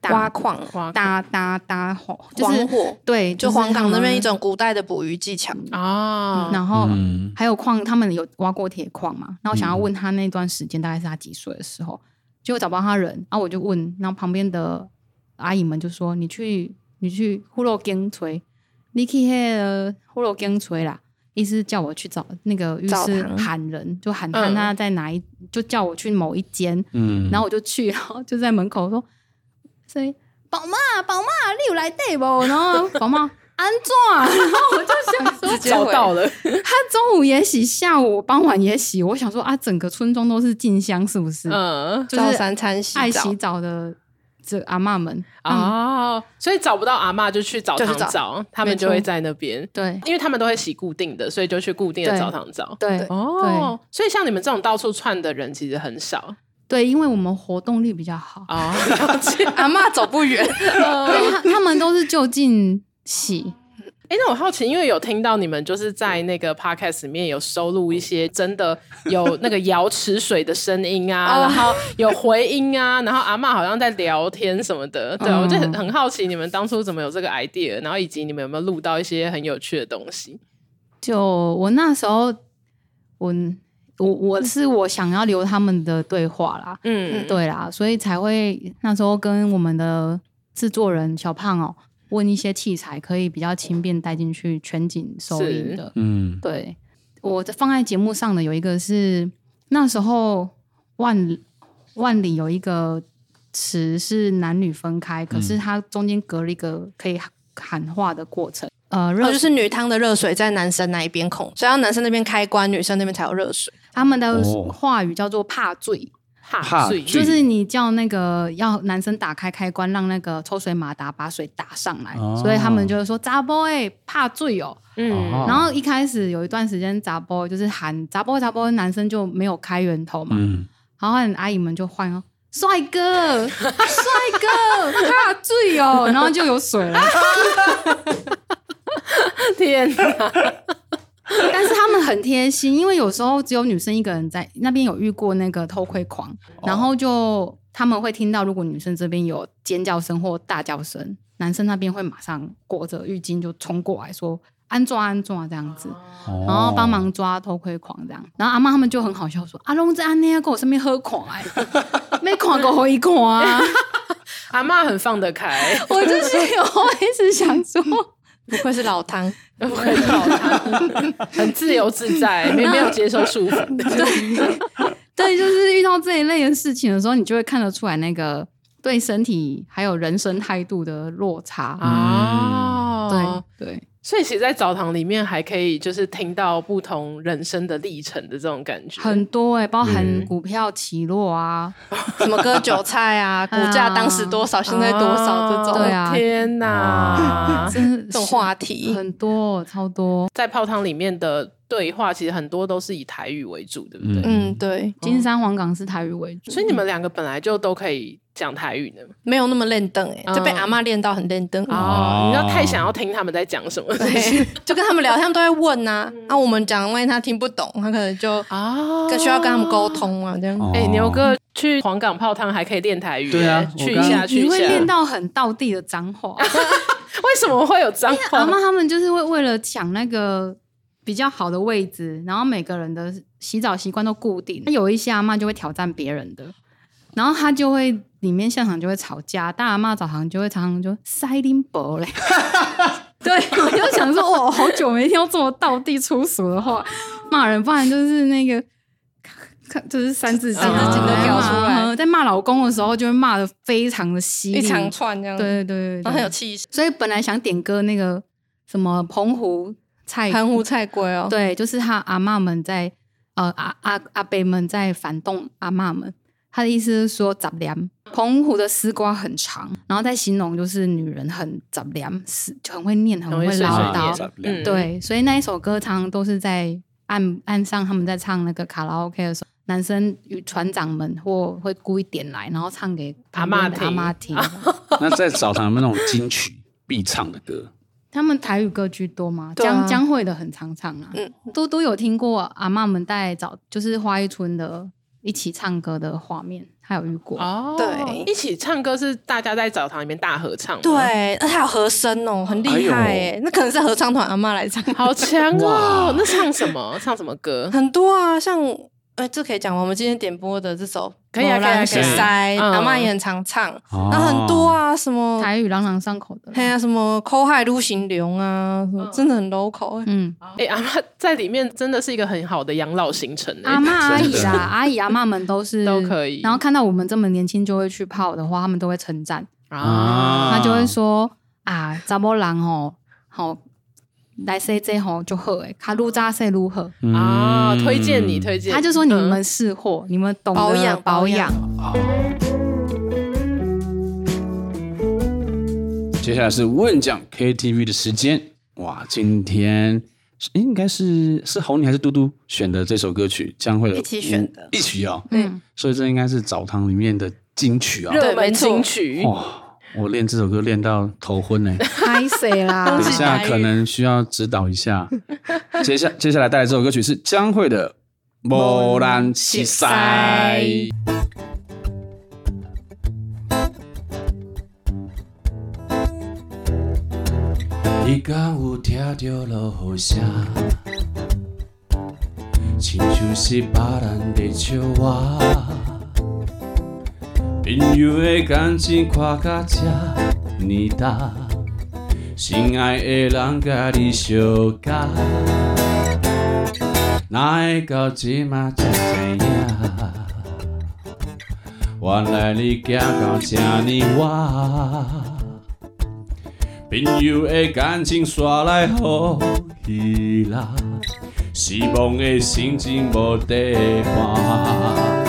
S3: 打
S4: 挖矿，
S6: 哇
S3: 搭搭搭火，就
S4: 黄
S3: 是
S4: 火，
S3: 对，
S4: 就
S3: 黄
S4: 黄
S3: 冈
S4: 冈那边一种古代的捕鱼技巧。
S6: 啊，
S3: 然后
S1: 嗯
S3: 还有矿，他们有挖过铁矿嘛？然后想要问他那段时间大概是他几岁的时候，结果找不到他人，然、后我就问，然后旁边的阿姨们就说：“你去，你去呼噜根锤，你去那个呼噜根锤啦。”意思是叫我去找那个浴
S4: 澡
S3: 室
S4: 堂
S3: 喊人，就喊
S6: 嗯
S3: 看他在哪一，就叫我去某一间，
S1: 嗯
S3: 然后我就去，然后就在门口说：“所以宝妈，宝妈，你有来对不？”然后宝妈安怎？ 然后我就想说，
S6: 找到了，
S3: 他中午也洗，下午傍晚也洗。我想说啊，整个村庄都是静香，是不是？
S6: 嗯
S3: 就是
S4: 照三餐洗
S3: 爱
S4: 澡
S3: 洗澡的这阿嬷们啊、嗯
S6: 哦，所以找不到阿嬷就去澡
S4: 就
S6: 堂
S4: 去找
S6: 找，他们
S4: 没错
S6: 就会在那边，
S3: 对
S6: 因为他们都会洗固定的，所以就去固定的
S3: 对
S6: 澡堂找。
S3: 对
S6: 哦，所以像你们这种到处串的人，其实很少
S3: 对，因为我们活动力比较好，
S6: 哦，了解。
S4: 阿嬷走不远，
S3: 因
S6: 呃
S3: 为他他们都是就近洗，
S6: 哎、那我好奇，因为有听到你们就是在那个 podcast 里面有收录一些真的有那个摇池水的声音啊，
S4: 哦
S6: 然后有回音啊，然后阿嬷好像在聊天什么的，对啊、
S3: 嗯
S6: 我就很很好奇你们当初怎么有这个 idea，然后以及你们有没有录到一些很有趣的东西？
S3: 就我那时候，我我我是我想要留他们的对话啦，
S6: 嗯，
S3: 对啦，所以才会那时候跟我们的制作人小胖哦、问一些器材，可以比较轻便带进去全景收
S6: 是
S3: 银的。
S1: 嗯，
S3: 对，我在放在节目上的有一个是那时候万万里有一个词是男女分开，可
S1: 嗯
S3: 是它中间隔了一个可以喊话的过程。呃，热
S4: 然后就是女汤的热水在男生那一边控，所以要男生那边开关，女生那边才有热水。
S3: 他们的
S1: 哦
S3: 话语叫做“怕醉”，
S1: 怕
S6: 怕醉，
S1: 醉
S3: 就是你叫那个要男生打开开关，让那个抽水马达把水打上来，
S1: 哦
S3: 所以他们就会说“杂波哎，怕醉哦”
S1: 哦
S3: 然后一开始有一段时间杂波就是喊杂波杂波，男生就没有开源头嘛，
S1: 嗯，
S3: 然后阿姨们就换哦，帅哥，帅 哥，怕醉哦，然后就有水了。
S6: 嗯天哪，
S3: 但是他们很贴心，因为有时候只有女生一个人在那边有遇过那个偷窥狂，然后就他们会听到，如果女生这边有尖叫声或大叫声，男生那边会马上裹着浴巾就冲过来说安抓安啊抓这样子。
S1: 哦
S3: 然后哦帮忙抓偷窥狂这样，然后阿妈他们就很好笑说：“阿龙在安那样跟我身边喝狂哎，没狂过回狂啊。”
S6: 阿妈很放得开，
S3: 我就是 有一直想说，
S4: 不愧是老汤，
S6: 不会吵他， 很自由自在，没没有接受束缚。
S3: 对，就是遇到这一类的事情的时候，你就会看得出来那个对身体还有人生态度的落差。
S1: 嗯
S6: 哦，
S3: 对对，
S6: 所以其实，在澡堂里面还可以就是听到不同人生的历程的这种感觉，
S3: 很多哎、包含
S1: 嗯
S3: 股票起落啊，
S4: 什么割韭菜啊，股价当时多少，现在多少
S6: 哦
S4: 这种，啊
S3: 对啊
S6: 天哪！
S3: 真
S4: 这
S3: 的
S4: 种话题
S3: 是。很多，超多。
S6: 在泡汤里面的对话，其实很多都是以台语为主，对不对？
S4: 嗯，对，
S3: 金山黄冈是台语为主，
S6: 所以你们两个本来就都可以讲台语的嘛
S4: 没有那么练凳哎，
S6: 嗯
S4: 就被阿妈练到很练凳。
S6: 哦，你知道太想要听他们在讲什么
S4: 对，就跟他们聊，他们都会问呐、啊，啊，我们讲，万一他听不懂，他可能就
S6: 啊
S4: 更需要跟他们沟。通啊，这样。
S6: 哎、牛，哥去黄冈泡汤还可以练台语耶，哎
S1: 对啊
S6: 去
S1: 我
S6: 一
S1: 刚
S6: 下
S3: 你
S6: 去一
S3: 会
S6: 下。
S3: 练到很道地的脏话。
S6: 为什么会有脏
S3: 阿
S6: 话？
S3: 妈他们就是会为了抢那个比较好的位置，然后每个人的洗澡习惯都固定。有一些阿妈就会挑战别人的，然后他就会里面现场就会吵架，大阿妈澡堂就会常常就塞林博 嘞。对，我就想说，我好久没听到这么道地粗俗的话，骂人，不然就是那个。看就是三字经啊，
S6: 三字经都
S4: 飙出来
S3: 嗯在骂老公的时候，就会骂的非常的犀利，
S4: 一长串这样，，
S3: 嗯对对对对，
S4: 然后很有气势。
S3: 所以本来想点歌那个什么澎湖
S1: 哎
S3: 菜，
S4: 含糊菜龟哦，
S3: 对，就是他阿嬷们在呃阿阿阿伯们在反动阿嬷们。他的意思是说，杂粮澎湖的丝瓜很长，然后再形容就是女人很杂粮，是很会念，很
S6: 很会
S3: 会
S6: 碎
S3: 唠
S6: 碎
S3: 叨。
S6: 念嗯
S3: 对，所以那一首歌常常都是在岸岸上他们在唱那个卡拉 OK 的时候，男生与船长们或会故意点来，然后唱给旁边的
S6: 阿
S3: 阿
S6: 嬷
S3: 妈听。
S1: 那在澡堂有没有那种金曲必唱的歌？
S3: 他们台语歌居多吗？
S4: 对啊
S3: 江江蕙的很常唱啊，
S4: 嗯
S3: 都都有听过阿嬷们带早就是花一村的一起唱歌的画面，还有遇过。
S6: 哦，
S4: 对
S6: 一起唱歌是大家在澡堂里面大合唱吗，
S4: 对，而且还有和声哦，很厉害
S1: 哎
S4: 哎，那可能是合唱团阿妈来唱，
S6: 好强哦
S1: 哇！
S6: 那唱什 么？唱什么歌？
S4: 很多啊，像哎，这可以讲吗？我们今天点播的这首《
S6: 可以啊
S4: 没
S6: 可
S4: 人
S6: 以啊
S4: 去塞
S6: 可以啊嗯
S4: 阿妈也很常唱，
S1: 哦
S4: 然后很多啊，什么
S3: 台语朗朗上口的啦，
S4: 还有什么口海撸行流啊，什么真的很 local 欸。
S3: 嗯，
S6: 哎、阿妈在里面真的是一个很好的养老行程、欸。
S3: 阿嬷阿姨
S1: 真的
S3: 啦， 阿姨阿嬷们都是
S6: 都可以
S3: 然后看到我们这么年轻就会去泡的话，他们都会称赞，
S6: 啊，
S3: 他就会说啊，查某人哦，好来 C J 吼就好诶，卡路扎塞如何？
S6: 啊，
S1: 嗯
S6: 推荐你，嗯推荐。
S3: 他就说你们是货，你们懂得
S4: 保养
S3: 保养，
S1: 接下来是问讲 KTV 的时间。哇，今天是诶应该是是红你还是嘟嘟选的这首歌曲，将会
S4: 一起选的
S1: 一起哦。
S3: 嗯，
S1: 所以这应该是澡堂里面的金曲啊。
S6: 热
S4: 对
S6: 门
S4: 没错
S6: 金曲，
S1: 哇，我练这首歌练到头昏呢、
S3: 拍谁啦
S1: 等
S4: 恭
S1: 啊一
S4: 喜
S1: 下
S4: 白玉
S1: 可能需要指导一下。 接下接下来带来这首歌曲是江蕙的《波兰西塞》。你敢有听到落雨声？亲像是别人在笑我，朋友的感情看甲这呢大。心爱的人甲你相加，哪会到即马才知影？原来你行到这呢歪，朋友的感情煞来好戏啦，失望的心情无地伴。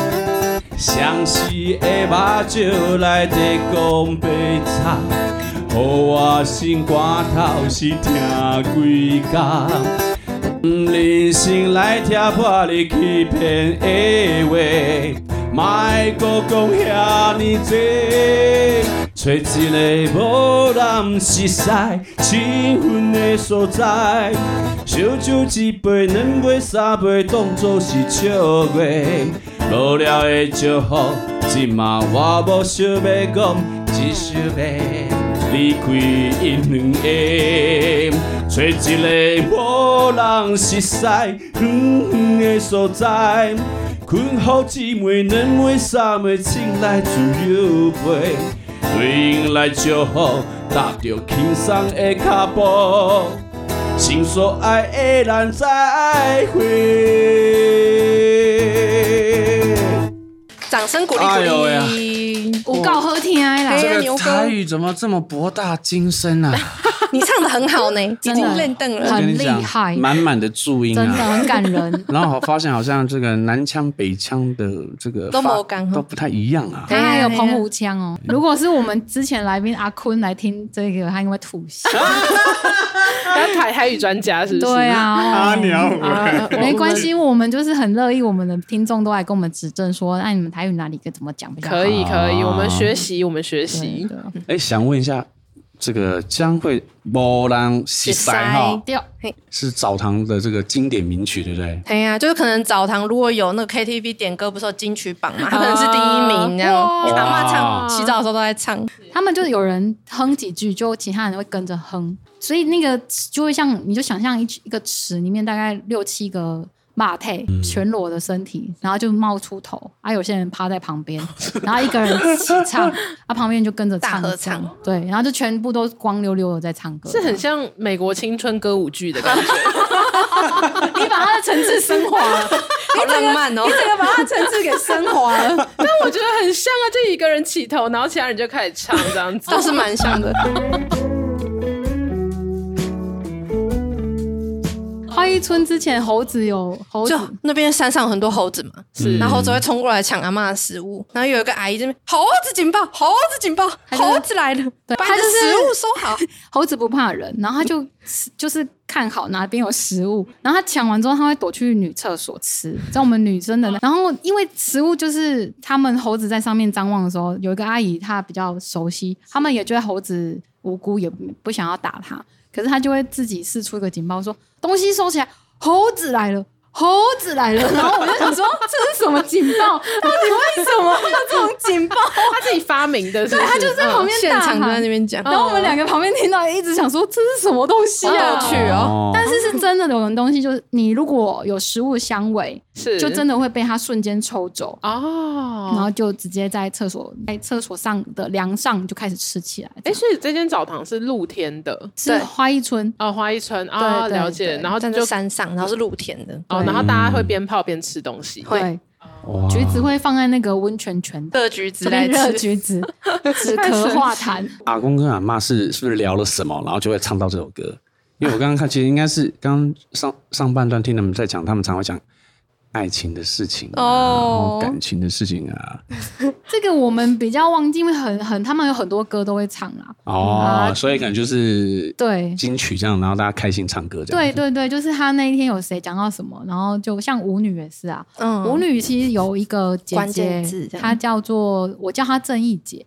S1: 相思的目睭内底讲白惨，予哦我心肝头是疼几工。人生来拆破你欺骗的话，莫搁讲遐尼多。找一个无人识识、七分的所在，烧酒一杯、两杯、三杯，当作是笑话。无聊的祝福，即嘛我无想要讲，只想要离开因两个，找一个无人识识、远远的所在。困好姊妹，两妹、三妹，请来自由陪，对因来祝福，踏着轻松的脚步，心所爱的人再会。
S4: 掌声鼓励
S1: 哎呦
S4: 鼓
S1: 喂啊
S4: 励。
S3: 我告好听啦，
S4: 哎呀
S1: 这
S4: 牛
S1: 个
S4: 哥
S1: 台语怎么这么博大精深啊？
S4: 你唱的很好呢，已
S3: 真的
S4: 经练凳
S1: 我
S4: 了。
S1: 跟你讲
S3: 很厉害
S1: 满满的注音
S3: 真的
S1: 啊。。
S3: 很感人
S1: 然后我发现好像这个南腔北腔的这个
S4: 都
S1: 发
S4: 没同哦
S1: 都不太一样啊。
S3: 他还有澎湖腔哦。如果是我们之前来宾阿坤来听这个，他应该会吐 血。
S6: 他台台语专家是不是？
S3: 对， 啊，
S6: 啊
S3: 没关，系，我们就是很乐意，我们的听众都来跟我们指正说，那你们台语哪里该怎么讲比较好？
S6: 可以可以，
S1: 啊
S6: 我们学习，我们学
S3: 对
S6: 习。
S3: 的
S1: 哎，想问一下，这个将会无人识识哈，
S3: 掉
S1: 是澡堂的这个经典名曲，对不对？
S4: 哎呀，就是可能澡堂如果有那个 KTV 点歌，不是有金曲榜嘛，他可能是第一名这样。
S6: 哇
S4: 阿妈
S1: 哇
S4: 唱洗澡的时候都在唱，
S3: 他们就有人哼几句，就其他人会跟着哼，所以那个就会像你就想象一一个池里面大概六七个马配全裸的身体，然后就冒出头，啊，有些人趴在旁边，然后一个人起唱，啊，旁边就跟着唱
S4: 大合唱
S3: 歌，对，然后就全部都光溜溜的在唱歌，
S6: 是很像美国青春歌舞剧的感觉，
S3: 你把他的层次升华了，
S4: 好浪漫哦！你整个把它层次给升华了，
S6: 但我觉得很像啊，就一个人起头，然后其他人就开始唱这样 子。
S4: 倒是蛮像的。
S3: 花一村之前猴子有猴子
S4: 就。那边山上有很多猴子嘛，
S6: 是
S4: 然后猴子会冲过来抢阿妈的食物，然后有一个阿姨这边猴子警报，猴子警报，
S3: 就是
S4: 猴子来了，
S3: 对
S4: 把
S3: 他
S4: 你
S3: 就
S4: 的
S3: 是
S4: 食物收好。
S3: 猴子不怕人，然后他就就是看好哪边有食物，然后他抢完之后，他会躲去女厕所吃，在我们女生的那。然后因为食物就是他们猴子在上面张望的时候，有一个阿姨她比较熟悉，他们也觉得猴子无辜，也不想要打它，可是他就会自己试出一个警报说东西收起来，猴子来了。猴子来 了，然后我就想说这是什么警报？到底为什么要这种警报？哦
S6: 他自己发明的，对
S3: 对，他就在旁边
S4: 现
S3: 大
S4: 场就在
S3: 喊
S4: 那，边讲，
S3: 然后我们两个旁边听到一直想说这是什么东西
S4: 好有
S3: 啊？
S4: 趣哦。
S1: 哦，
S3: 但是是真的有种东西，就是你如果有食物香味，
S6: 是
S3: 就真的会被它瞬间抽走，然
S6: 哦。
S3: 后就直接在厕所在厕所上的梁上就开始吃起来。
S6: 哎，所以这间澡堂是露天的
S3: 是
S4: 对
S3: 花一村，
S6: 哦，花一村啊，
S3: 对对
S6: 了解。
S3: 对
S6: 然后
S4: 站
S6: 就
S4: 在嗯山上，然后是露天的，
S6: 哦，然后大家会边泡边吃东西，
S4: 会
S3: 对，
S1: 哦哇
S3: 橘子会放在那个温泉泉的
S4: 各橘子
S3: 这
S4: 来
S3: 边热
S4: 吃。
S3: 橘子，止咳化痰。
S1: 阿公跟阿妈是是不是聊了什么，然后就会唱到这首歌？因为我刚刚看，其实应该是刚上上半段听他们在讲，他们常会讲爱情的事情、啊、
S4: 哦
S1: 然后感情的事情啊，
S3: 这个我们比较忘记，因为很很他们有很多歌都会唱啊啦。
S1: 哦，所以可能就是
S3: 对，
S1: 金曲这样，然后大家开心唱歌这样。
S3: 对对对，就是他那一天有谁讲到什么，然后就像舞女也是啊，
S4: 嗯
S3: 舞女其实有一个姐
S4: 关键字
S3: 姐
S4: 这，样
S3: 她叫做我叫她正义姐，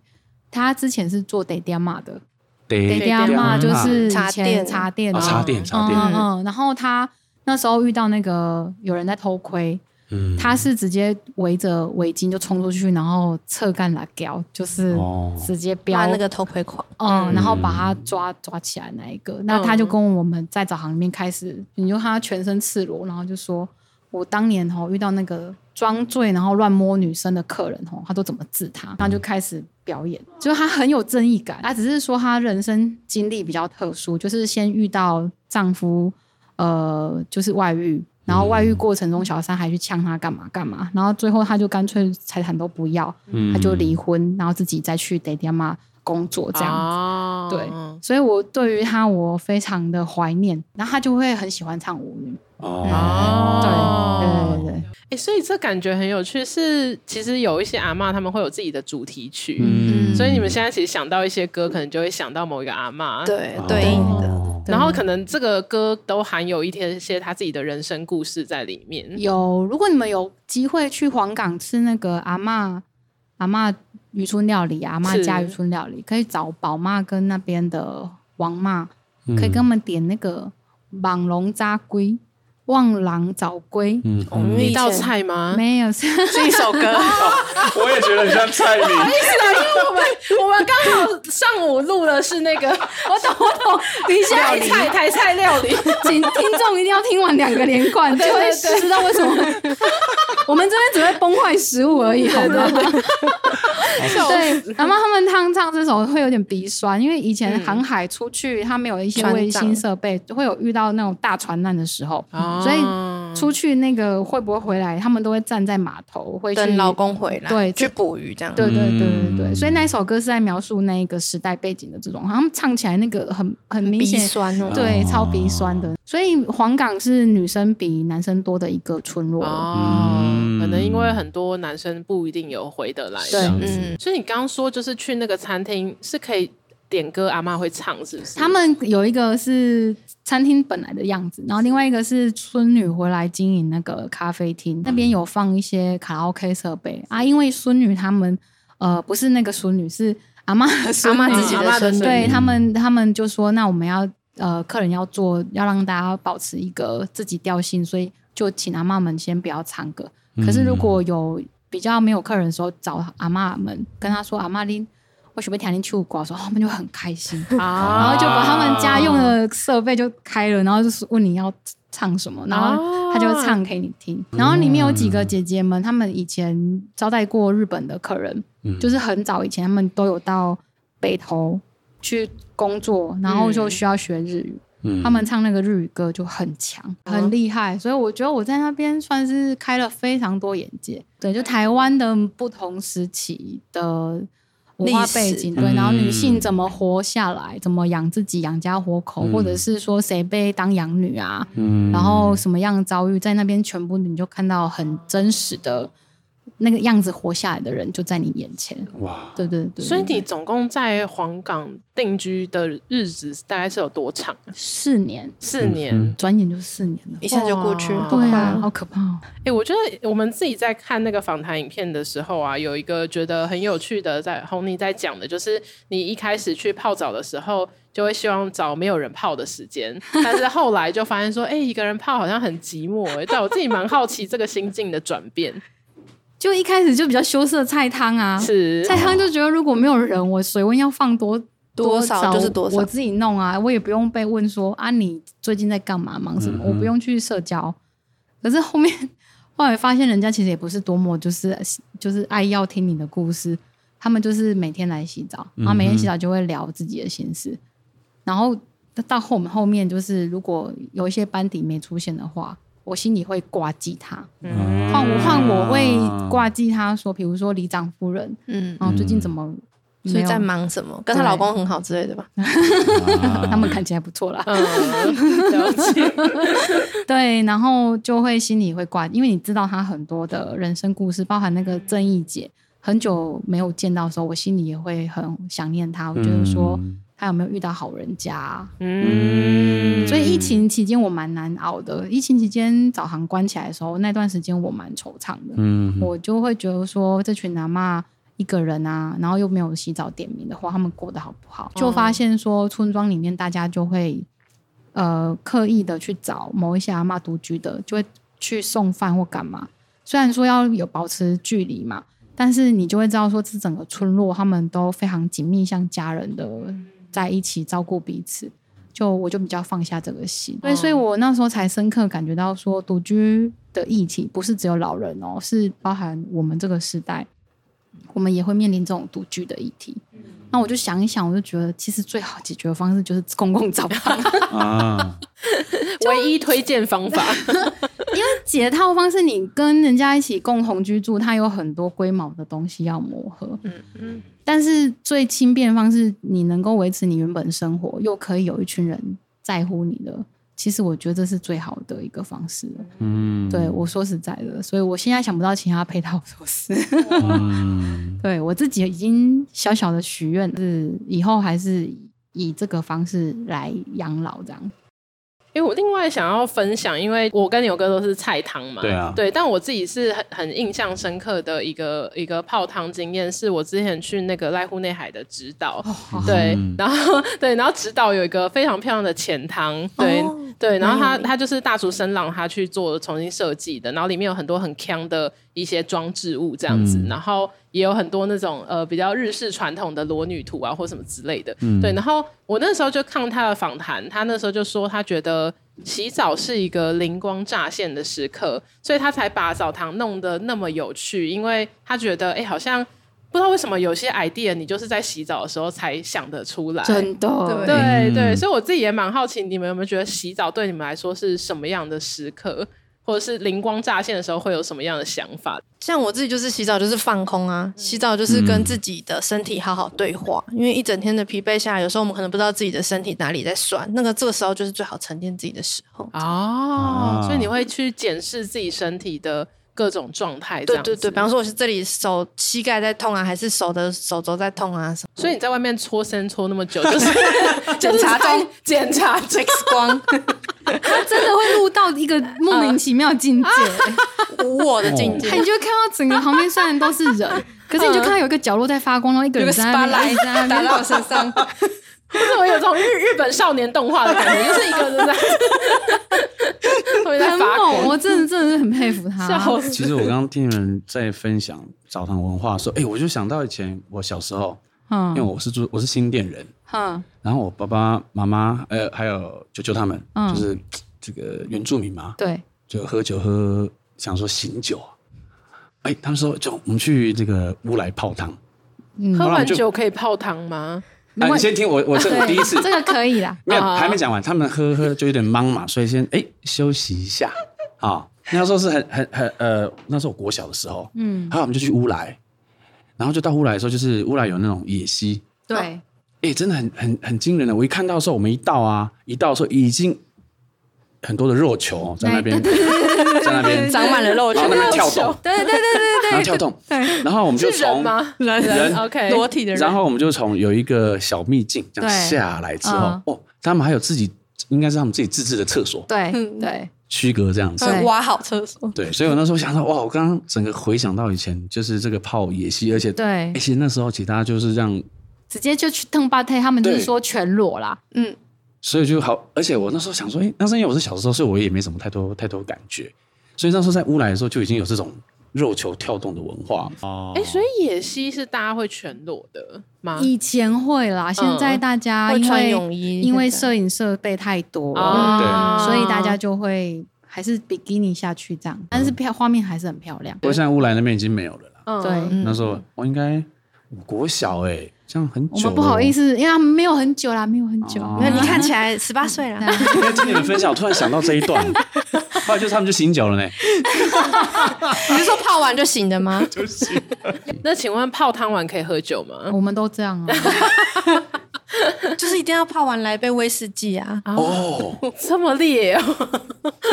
S3: 她之前是做 d a d a m
S1: 嗯
S3: a 的 d
S1: 对
S3: a d
S6: 爹
S3: a m a 就是以
S4: 茶
S3: 前
S4: 店
S3: 茶店
S1: 啊，
S3: 的
S1: 插电插电，
S3: 嗯嗯，然后她那时候遇到那个有人在偷窥，
S1: 嗯，
S3: 她是直接围着围巾就冲出去，然后侧干拉胶，就是
S1: 哦
S3: 直接飙
S4: 把那个偷窥狂，
S3: 嗯，然后把他抓抓起来那一个，那他就跟我们在澡堂里面开始，你就看他全身赤裸，然后就说我当年吼遇到那个装醉然后乱摸女生的客人吼，他都怎么治他，然后就开始表演，就是他很有正义感，他只是说他人生经历比较特殊，就是先遇到丈夫呃就是外遇。然后外遇过程中，小三还去呛他干嘛干嘛，然后最后他就干脆财产都不要，
S1: 嗯
S3: 他就离婚，然后自己再去 d a d i a m a 工作这样子。
S6: 哦
S3: 对，所以我对于他我非常的怀念，然后他就会很喜欢唱舞女，
S6: 哦
S3: 对对对对，
S6: 哎、所以这感觉很有趣，是其实有一些阿嬷他们会有自己的主题曲，
S1: 嗯
S6: 所以你们现在其实想到一些歌，可能就会想到某一个阿嬷。。
S4: 对
S1: 哦
S4: 对应的。
S3: 对
S6: 然后可能这个歌都含有一些些他自己的人生故事在里面。
S3: 有，如果你们有机会去黄冈吃那个阿嬷阿嬷渔村料理、阿嬷
S6: 是
S3: 家渔村料理，可以找宝妈跟那边的王妈，可以跟他们点那个网龙扎龟、望郎早龟，
S1: 嗯，
S4: 我们
S6: 一
S4: 以
S6: 道
S4: 前
S6: 菜吗？
S3: 没有是
S4: 是一 首歌，
S1: 我也觉得很像蔡明，
S6: 我们刚好上午录的是那个，我懂我懂，你现在菜台菜料理，
S3: 请听众一定要听完两个连贯，就
S6: 对
S3: 会
S6: 对
S3: 知道为什么 我们这边只会崩坏食物而已，好吗？对，然后他们唱唱这首会有点鼻酸，因为以前
S6: 嗯
S3: 航海出去，他们有一些
S4: 船
S3: 卫
S4: 长
S3: 星设备，会有遇到那种大船难的时候，
S4: 啊
S6: 哦
S3: 所以出去那个会不会回来，他们都会站在码头，会去
S4: 等老。公回来，
S3: 对
S4: 去捕鱼这样。
S3: 对对对对对，
S1: 嗯
S3: 所以那一首歌是在描述那一个时代背景的这种，好像唱起来那个很很明
S4: 鼻
S3: 显，
S4: 酸哦，
S3: 对，
S1: 哦
S3: 超鼻酸的。所以黄冈是女生比男生多的一个村落。
S6: 哦
S1: 嗯，
S6: 可能因为很多男生不一定有回得来，
S3: 对
S4: 嗯，
S6: 所以你刚刚说就是去那个餐厅是可以点歌，阿嬷会唱，是不是？
S3: 他们有一个是餐厅本来的样子，然后另外一个是孙女回来经营那个咖啡厅，那边有放一些卡拉 OK 设备啊。因为孙女他们呃不是那个孙女，是阿妈的孙
S4: 阿
S3: 女，
S4: 妈自己
S6: 阿嬷
S4: 的
S6: 的孙
S4: 孙女，
S3: 对
S6: 女
S3: 他们，他们就说那我们要呃客人要做，要让大家保持一个自己调性，所以就请阿嬷们先不要唱歌。可是如果有比较没有客人的时候，找阿嬷们跟他说阿嬷您。我准备弹进去歌的时候，他们就很开心，
S6: 啊
S3: 然后就把他们家用的设备就开了，然后就是问你要唱什么，然
S6: 哦
S3: 后他就唱给你听。然后里面有几个姐姐们，她们以前招待过日本的客人，
S1: 嗯
S3: 就是很早以前，她们都有到北投去工作，然后就需要学日语。
S1: 嗯哦
S3: 她们唱那个日语歌就很强，很厉害，所以我觉得我在那边算是开了非常多眼界。对，就台湾的不同时期的文化背景，
S4: 历
S1: 史
S3: 对，然后女性
S1: 嗯
S3: 怎么活下来，怎么养自己、养家活口，
S1: 嗯
S3: 或者是说谁被当养女啊，
S1: 嗯
S3: 然后什么样的遭遇，在那边全部你就看到很真实的那个样子活下来的人就在你眼前。
S1: 哇，
S3: 对对对，
S6: 所以你总共在黄冈定居的日子大概是有多长啊？
S3: 四年，
S6: 四年。
S1: 嗯
S3: 转眼就四年了。
S4: 一下就过去
S6: 哇
S4: 了，
S3: 对啊，
S4: 好
S3: 好可怕、哦！
S6: 哎、我觉得我们自己在看那个访谈影片的时候啊，有一个觉得很有趣的在，红妮在讲的，就是你一开始去泡澡的时候，就会希望找没有人泡的时间，但是后来就发现说，哎、一个人泡好像很寂寞、欸。但我自己蛮好奇这个心境的转变，
S3: 就一开始就比较羞涩菜汤啊，
S6: 是
S3: 菜汤就觉得如果没有人，我水温要放多
S4: 多
S3: 少
S4: 少就是多少
S3: 我自己弄啊，我也不用被问说啊你最近在干嘛，忙什么，
S1: 嗯哼
S3: 我不用去社交。可是后面后来发现，人家其实也不是多么就是就是爱要听你的故事，他们就是每天来洗澡，然后每天
S1: 嗯
S3: 洗澡就会聊自己的心事，然后到后面后面就是如果有一些班底没出现的话，我心里会挂记他。
S1: 嗯
S3: 换我换我会
S1: 啊
S3: 挂记他说，比如说里长夫人，
S4: 嗯，
S3: 哦，最近怎么
S4: 所
S3: 没
S4: 以
S3: 有？
S4: 在忙什么？跟她
S3: 对
S4: 老公很好之类的吧？
S3: 他们看起来不错啦。
S6: 嗯，了解，
S3: 对，然后就会心里会挂，因为你知道他很多的人生故事，包含那个正义姐，很久没有见到的时候，我心里也会很想念他。我觉得说
S1: 嗯
S3: 他有没有遇到好人家啊、
S6: 嗯，
S3: 所以疫情期间我蛮难熬的。疫情期间早行关起来的时候，那段时间我蛮惆怅的。
S1: 嗯
S3: 我就会觉得说，这群阿嬷一个人啊，然后又没有洗澡点名的话，他们过得好不好？就发现说，村庄里面大家就会呃刻意的去找某一些阿嬷独居的，就会去送饭或干嘛。虽然说要有保持距离嘛，但是你就会知道说，这整个村落他们都非常紧密，像家人的在一起照顾彼此。就我就比较放下这个心。哦对，所以我那时候才深刻感觉到说，独居的议题不是只有老人哦，是包含我们这个时代，我们也会面临这种独居的议题。那我就想一想，我就觉得其实最好解决的方式就是公共澡堂，
S1: 啊，
S6: 唯一推荐方法，
S3: 因为解套方式你跟人家一起共同居住，它有很多龟毛的东西要磨合。
S6: 嗯嗯，
S3: 但是最轻便的方式，你能够维持你原本生活，又可以有一群人在乎你的，其实我觉得这是最好的一个方式了。
S1: 嗯，
S3: 对我说实在的，所以我现在想不到其他配套措施。
S1: 嗯，
S3: 对我自己已经小小的许愿，是以后还是以这个方式来养老这样。
S6: 因为我另外想要分享，因为我跟牛哥都是菜汤嘛，
S1: 对啊
S6: 对，但我自己是很很印象深刻的一个一个泡汤经验，是我之前去那个濑户内海的直岛，
S3: 好
S6: 对
S1: 嗯，
S6: 然后对，然后直岛有一个非常漂亮的浅汤，对、
S4: 哦
S6: 对，然后
S3: 蛮有
S6: 它
S3: 名
S6: 它就是大竹生朗他去做重新设计的，然后里面有很多很强的一些装置物这样子，
S1: 嗯
S6: 然后也有很多那种呃比较日式传统的裸女图啊或什么之类的，
S1: 嗯
S6: 对，然后我那时候就看他的访谈，他那时候就说他觉得洗澡是一个灵光乍现的时刻，所以他才把澡堂弄得那么有趣，因为他觉得哎、诶好像不知道为什么有些 idea 你就是在洗澡的时候才想得出来。
S3: 真的，
S4: 对
S6: 对
S1: 嗯
S6: 对，所以我自己也蛮好奇，你们有没有觉得洗澡对你们来说是什么样的时刻，或者是灵光乍现的时候会有什么样的想法？
S4: 像我自己就是洗澡就是放空啊，洗澡就是跟自己的身体好好对话，因为一整天的疲惫下来，有时候我们可能不知道自己的身体哪里在酸，那个这个时候就是最好沉淀自己的时候。
S6: 哦
S1: 啊
S6: 所以你会去检视自己身体的各种状态，这
S4: 对
S6: 样
S4: 对
S6: 子
S4: 对，比方说我是这里手膝盖在痛啊，还是手的手肘在痛啊什么？
S6: 所以你在外面搓身搓那么久，就是
S4: 检查中，
S6: 检查中
S4: X 光，
S3: 他真的会录到一个莫名其妙的境界。
S4: 无我的境界
S3: 哎，你就会看到整个旁边虽然都是人，可是你就看到有一个角落在发光，然后一个
S4: 嗯有
S3: 人
S4: 个
S3: 在那
S4: SPA
S3: 边一
S4: 来
S3: 直在那边
S4: 打到我身上，
S6: 不是我有种日日本少年动画的感觉，就是一个人在， 会在
S3: 很啊
S6: 发
S3: 猛，
S6: 光，
S3: 我真的真的是很佩服 他。
S6: 笑死。
S1: 其实我刚刚听你们在分享澡堂文化的时候，哎、我就想到以前我小时候，因为
S3: 嗯
S1: 我是住我是新店人，
S3: 嗯
S1: 然后我爸爸妈妈呃还有舅舅他们，
S3: 嗯
S1: 就是这个原住民嘛，
S3: 对，
S1: 就喝酒喝，想说醒酒啊，哎、他们说就我们去这个乌来泡汤，
S3: 嗯
S6: 喝完酒可以泡汤吗？
S1: 啊，你先听我 我这我第一 次
S3: 这个可以 啦。
S1: 没有，
S6: 啊
S1: 还没讲完。他们喝喝就有点懵嘛，所以先哎休息一 下啊、那时候是很很很呃，那时候我国小的时候，
S3: 嗯，
S1: 还有我们就去乌来，然后就到乌来的时候，就是乌来有那种野溪，
S3: 对，
S1: 哎，真的很很很惊人的。我一看到的时候，我们一到啊，一到的时候已经很多的肉球在那边，在那边，
S4: 长满了肉
S1: 然
S4: 球
S1: 后，那边跳动，
S3: 对对对对
S1: 然后跳动，然后我们就是
S6: 人
S1: 从。
S6: 吗？
S4: 人
S1: 人
S6: OK，
S4: 裸体的人，
S1: 然后我们就从有一个小秘境这样
S3: 对
S1: 下来之后
S3: 嗯，
S1: 哦，他们还有自己，应该是他们自己自制的厕所
S3: 对对
S4: 嗯
S3: 对，
S1: 区隔这样子
S4: 他。们挖好厕所，
S1: 对，所以我那时候想到，哇，我刚刚整个回想到以前就是这个泡野溪，而且
S3: 对
S1: 而且那时候其他就是让，
S3: 直接就去邓巴泰，他们就是
S1: 对
S3: 说全裸啦。
S4: 嗯，
S1: 所以就好，而且我那时候想说，哎、那是因为我是小时候，所以我也没什么太多太多感觉，所以那时候在乌来的时候就已经有这种肉球跳动的文化
S3: 嗯
S1: 哦
S6: 哎，所以野溪是大家会全裸的吗？
S3: 以前会啦，现在大家
S4: 嗯会
S3: 因
S4: 穿
S3: 为
S4: 泳衣，哦
S3: 因为
S4: 是
S3: 摄影设备太多了，嗯
S6: 啊
S3: 所以
S4: 嗯
S3: 大家就会还是比基尼下去这样，但
S1: 嗯
S3: 是漂画面还是很漂亮
S1: 不。过现在乌来那边已经没有了啦。
S6: 嗯
S3: 对
S4: 嗯
S1: 那时候我应该我国小哎、这样很久、哦
S3: 我们不好意
S1: 思。
S3: 思，因为他们没有很久啦，没有很久。
S1: 哦
S4: 没有你看起来十八岁了，
S1: 因为听你们分享，我突然想到这一段，后来就是他们就醒酒了呢。
S4: 你是说泡完 就醒的吗？
S6: 那请问泡汤完可以喝酒吗？
S4: 嗯
S3: 我们都这 样啊，
S4: 就是一定要泡完来一杯威士忌啊！
S1: 哦，
S6: 这么烈哦！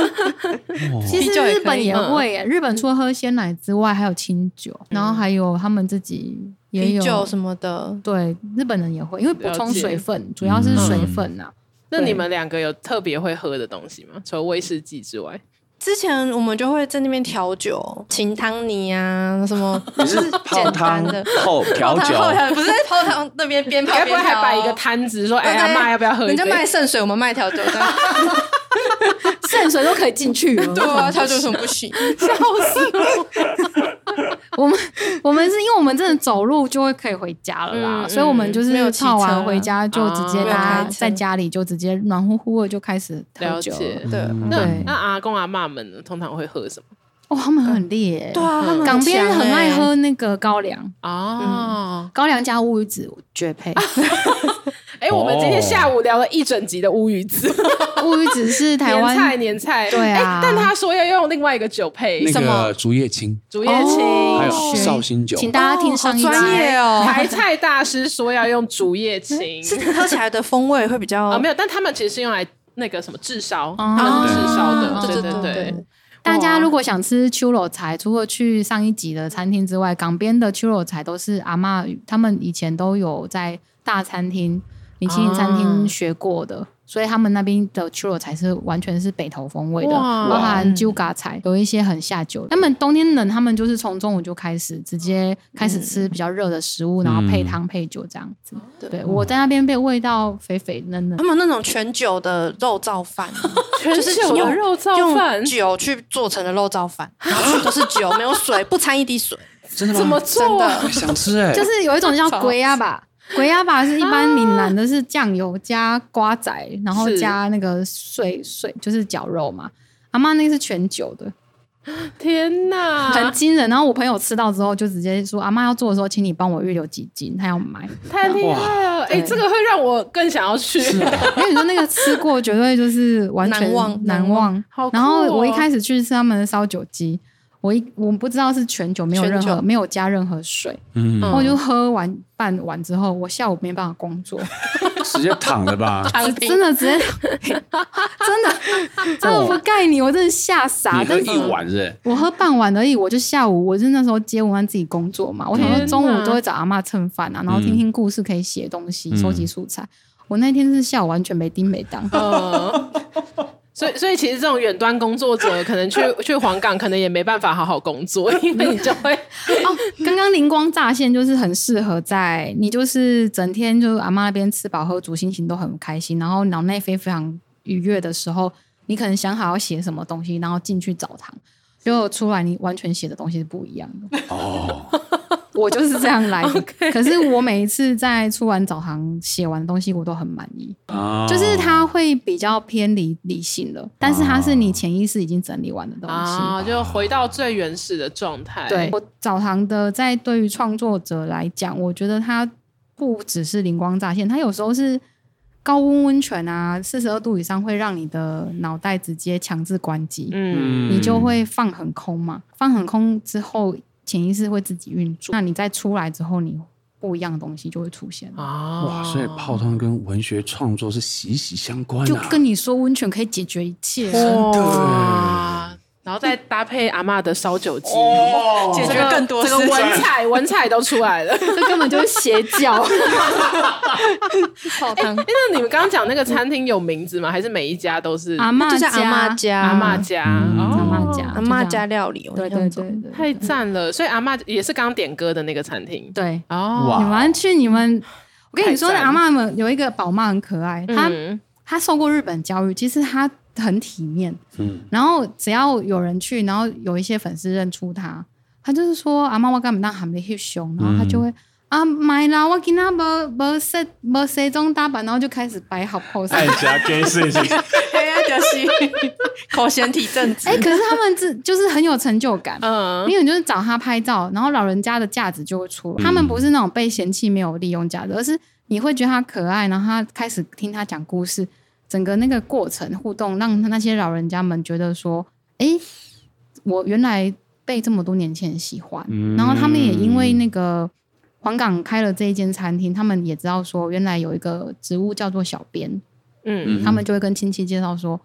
S3: 其实
S4: 啤酒也可
S3: 日本
S4: 以嗯
S3: 也会耶，日本除了喝鲜奶之外，还有清酒，然后还有他们自己也
S4: 啤
S3: 有
S4: 酒什么的，
S3: 对，日本人也会，因为补充
S6: 了解
S3: 水分，主要是水分啊呐、
S4: 嗯
S6: 那
S3: 对
S6: 你们两个有特别会喝的东西吗？除了威士忌之外，
S4: 之前我们就会在那边调酒，清汤泥啊，什么
S1: 你是泡
S4: 简单
S1: 汤
S4: 的
S1: 后调
S4: 泡
S1: 酒，
S4: 汤后调，不是在泡汤那边边泡
S6: 该
S4: 边
S6: 不会还
S4: 调哦
S6: 摆一个摊子说：“哎呀
S4: 对
S6: 妈，要不要喝一
S4: 人家卖
S6: 杯
S4: 圣水，我们卖调酒的，
S3: 圣水都可以进去了。
S4: 对啊，调酒有什么不行？？”
S6: 笑死我！
S3: 我们我们是因为我们们真的走路就会可以回家了啦，
S4: 嗯
S3: 所以我们就
S4: 没有
S3: 是
S4: 骑
S3: 泡
S4: 车
S3: 完
S4: 了
S3: 回家就直接大
S6: 啊
S4: 没有
S3: 家
S4: 开车
S3: 在家里就直接暖乎乎的就开始喝
S6: 了
S3: 酒
S6: 解
S3: 了。
S4: 对
S1: 嗯
S6: 那
S3: 对
S6: 那阿公阿妈们呢通常会喝什么？
S3: 哦，他们很烈欸，
S4: 对啊，他们
S3: 港边
S4: 强
S3: 很爱
S4: 欸
S3: 喝那个高粱，
S6: 哦，
S3: 高粱加乌鱼子绝 配。
S6: 哎，我们今天下午聊了一整集的乌鱼子，
S4: 哦
S3: 乌鱼子是台
S6: 年菜
S3: 湾
S6: 年菜，
S3: 对啊
S6: 哎但他说要用另外一个酒配
S1: 那
S6: 什么
S1: 个竹叶青，
S6: 竹叶青，
S1: 还有
S3: 哦
S1: 绍兴酒，
S3: 请大家听上一集。
S4: 哦好专业哦
S6: 台菜大师说要用竹叶青
S4: 是喝起来的风味会比较
S6: 啊，没有，但他们其实是用来那个什么炙烧，
S4: 哦
S3: 啊
S6: 他们是炙烧
S3: 哦
S6: 的，
S4: 对
S6: 对
S4: 对对
S6: 对。
S3: 大家如果想吃秋肉菜，除了去上一集的餐厅之外，港边的秋肉菜都是阿嬷他们以前都有在大餐厅、米其林餐厅学过
S4: 嗯
S3: 的。所以他们那边的秋肉菜是完全是北头风味的，
S6: 哇
S3: 包含酒嘎菜，有一些很下酒。他们冬天冷，他们就是从中午就开始直接开始吃比较热的食物，然后配汤配酒这样子。
S4: 嗯哦对
S3: 对我在那边被味道肥肥嫩嫩
S4: 他，们那种全酒的肉燥饭，就是
S6: 全酒的
S4: 用
S6: 肉燥饭
S4: 用酒去做成的肉燥饭，然后全都是酒，没有水，不掺一滴水，
S1: 真的吗？
S6: 怎么
S4: 真
S6: 做啊？
S4: 的。
S1: 想吃哎、
S3: 就是有一种叫
S4: 超
S3: 鬼压吧，鬼压吧是一般闽南的是酱油加瓜仔，然后
S6: 是
S3: 加那个碎碎，就是绞肉嘛。阿妈那个是全酒的，
S6: 天
S4: 啊
S6: 哪，
S3: 很惊人。然后我朋友吃到之后就直接说：“阿妈要做的时候，请你帮我预留几斤，她要买。
S6: 太厉害了！哎，
S3: 对
S6: 这个会让我更想要去。
S1: 啊
S3: 我跟你说，那个吃过绝对就是完全
S4: 难忘
S3: 难
S4: 难
S3: 忘。
S6: 好酷
S3: 然后我一
S6: 哦
S3: 开始去吃他们的烧酒鸡，我一我不知道是全酒，没有
S4: 全
S3: 任何
S4: 酒。
S3: 没有加任何水，
S1: 嗯，
S3: 然后我就喝完半碗之后，我下午没办法工作。
S1: 直接躺了吧
S4: 躺平
S3: 真的直接，真的，真的不盖你，我真的吓
S1: 你
S3: 傻。
S1: 喝
S3: 但是
S1: 一碗是
S3: 我喝半碗而已，我就下午，我是那时候接文案自己工作嘛，我想说
S6: 天
S3: 中午
S6: 哪
S3: 都会找阿嬷蹭饭啊，然
S1: 嗯
S3: 后听听故事，可以写东西，收集素材。我那天是下午完全没丁没当，
S6: 嗯，所以所以其实这种远端工作者，可能去去黄冈，可能也没办法好好工作，因为你就会
S3: 哦，刚刚灵光乍现，就是很适合在你就是整天就是阿妈那边吃饱喝足，心情都很开心，然后脑内非非常愉悦的时候，你可能想好要写什么东西，然后进去澡堂，结果出来你完全写的东西是不一样的。
S1: 哦，
S3: 我就是这样来的可是我每一次在出完澡堂写完的东西，我都很满意，
S1: 啊
S3: 就是它会比较偏理理性的，但是它是你潜意识已经整理完的东西。
S6: 啊，就回到最原始的状态。
S3: 对我澡堂的，在对于创作者来讲，我觉得它不只是灵光乍现，它有时候是高温温泉啊，四十二度以上会让你的脑袋直接强制关机，
S6: 嗯，
S3: 你就会放很空嘛。放很空之后，潜意识会自己运作，那你再出来之后，你不一样的东西就会出现。
S6: 啊，
S1: 哇，所以泡汤跟文学创作是息息相关
S3: 就
S1: 啊。
S3: 跟你说，温泉可以解决一切啊、
S6: 哦哇，然后再搭配阿嬷的烧酒鸡，
S1: 哦
S4: 解
S6: 这
S4: 决
S6: 个
S4: 更多
S6: 这个
S4: 事情
S6: 文采文采都出 来 了。
S3: 这根本就是邪 教。泡 汤，
S6: 哎，那你们刚刚讲那个餐厅有名字吗？还是每一家都是
S3: 哎阿
S4: 那
S3: 妈
S4: 就是阿妈家，
S6: 阿嬷家？
S3: 阿
S6: 哦
S3: 妈家，
S4: 阿妈家料理，我
S3: 对
S4: 印象
S3: 对
S4: 中
S3: 对对，
S6: 太赞了！所以阿嬷也是刚刚点歌的那个餐厅。
S3: 对。
S6: 哦，
S1: 哇
S3: 你们去你们，我跟你说，
S6: 太
S3: 那
S6: 赞
S3: 阿嬷们有一个宝妈很可爱，她
S6: 嗯
S3: 她受过日本教育，其实她很体面。
S1: 嗯，
S3: 然后只要有人去，然后有一些粉丝认出她，她就是说阿嬷我干嘛当喊的黑熊，然后她就会。啊，买啦！我今天没没卸没卸妆打扮，然后就开始摆好 pose。哎、
S1: 家 gay 是
S4: 嘿啊，就是 口嫌体正直。
S3: 哎可是他们这就是很有成就感，
S6: 嗯，
S3: 因为你就是找他拍照，然后老人家的价值就会出来。他们不是那种被嫌弃没有利用价值，而是你会觉得他可爱，然后他开始听他讲故事，整个那个过程互动，让那些老人家们觉得说，诶，我原来被这么多年前喜欢，
S1: 嗯
S3: 然后他们也因为那个。黄冈开了这一间餐厅，他们也知道说，原来有一个职务叫做小编，
S6: 嗯，
S3: 他们就会跟亲戚介绍说：“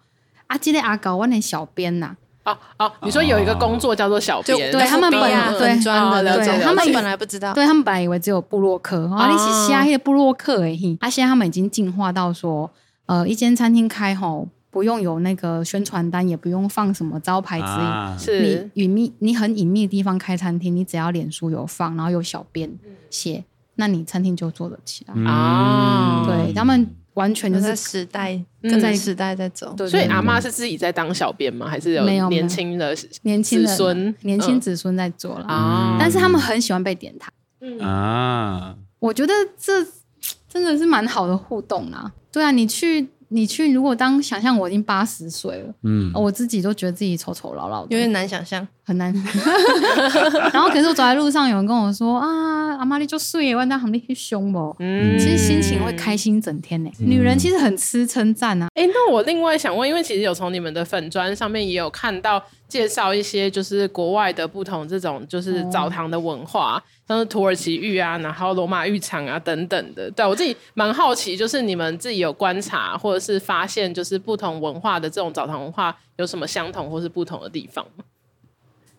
S3: 啊，这个阿狗，我那小编呐、
S6: 哦哦，你说有一个工作叫做小
S4: 就
S6: 编，
S3: 哦对他们
S4: FB 啊
S3: 本对
S4: 粉专
S6: 哦
S4: 的
S6: 了
S4: 那
S3: 解
S4: 种，
S3: 了
S4: 他们
S3: 解
S4: 本来不
S6: 啊
S4: 知道，
S3: 对他们本来以为只有布洛克，啊，你是虾黑布洛克而已。啊，现在他们已经进化到说，呃，一间餐厅开吼，不用有那个宣传单，也不用放什么招牌指引。
S1: 啊，
S6: 是
S3: 你隐秘，你很隐秘的地方开餐厅，你只要脸书有放，然后有小编写，那你餐厅就做得起
S6: 嗯
S3: 来。
S6: 啊，
S3: 对他们完全就
S4: 就是是时代
S6: 嗯
S4: 跟着时代在走。
S3: 对，对
S6: 所以
S3: 对
S6: 阿妈是自己在当小编吗？还是
S3: 没有没有
S6: 年轻的
S3: 年轻的
S6: 子孙
S3: 年轻
S6: 嗯
S3: 子孙在做了，
S6: 啊？
S3: 但是他们很喜欢被点台。
S1: 啊，
S3: 我觉得这真的是蛮好的互动啦。对啊，你去你去，如果当想象我已经八十岁了、哦
S1: 嗯，
S3: 我自己都觉得自己丑丑老老的，
S4: 有点难想象。
S3: 很难。 然后可是我走在路上，有人跟我说啊，阿妈你就睡耶，万达很厉害凶哦。
S6: 嗯
S3: 其实心情会开心整天呢、
S1: 嗯
S3: 女人其实很吃称赞啊，
S6: 哎、那我另外想问，因为其实有从你们的粉砖上面也有看到介绍一些就是国外的不同这种就是澡堂的文
S3: 哦
S6: 化，像是土耳其浴啊，然后罗马浴场啊等等的。对我自己蛮好奇，就是你们自己有观察或者是发现，就是不同文化的这种澡堂文化有什么相同或是不同的地方吗？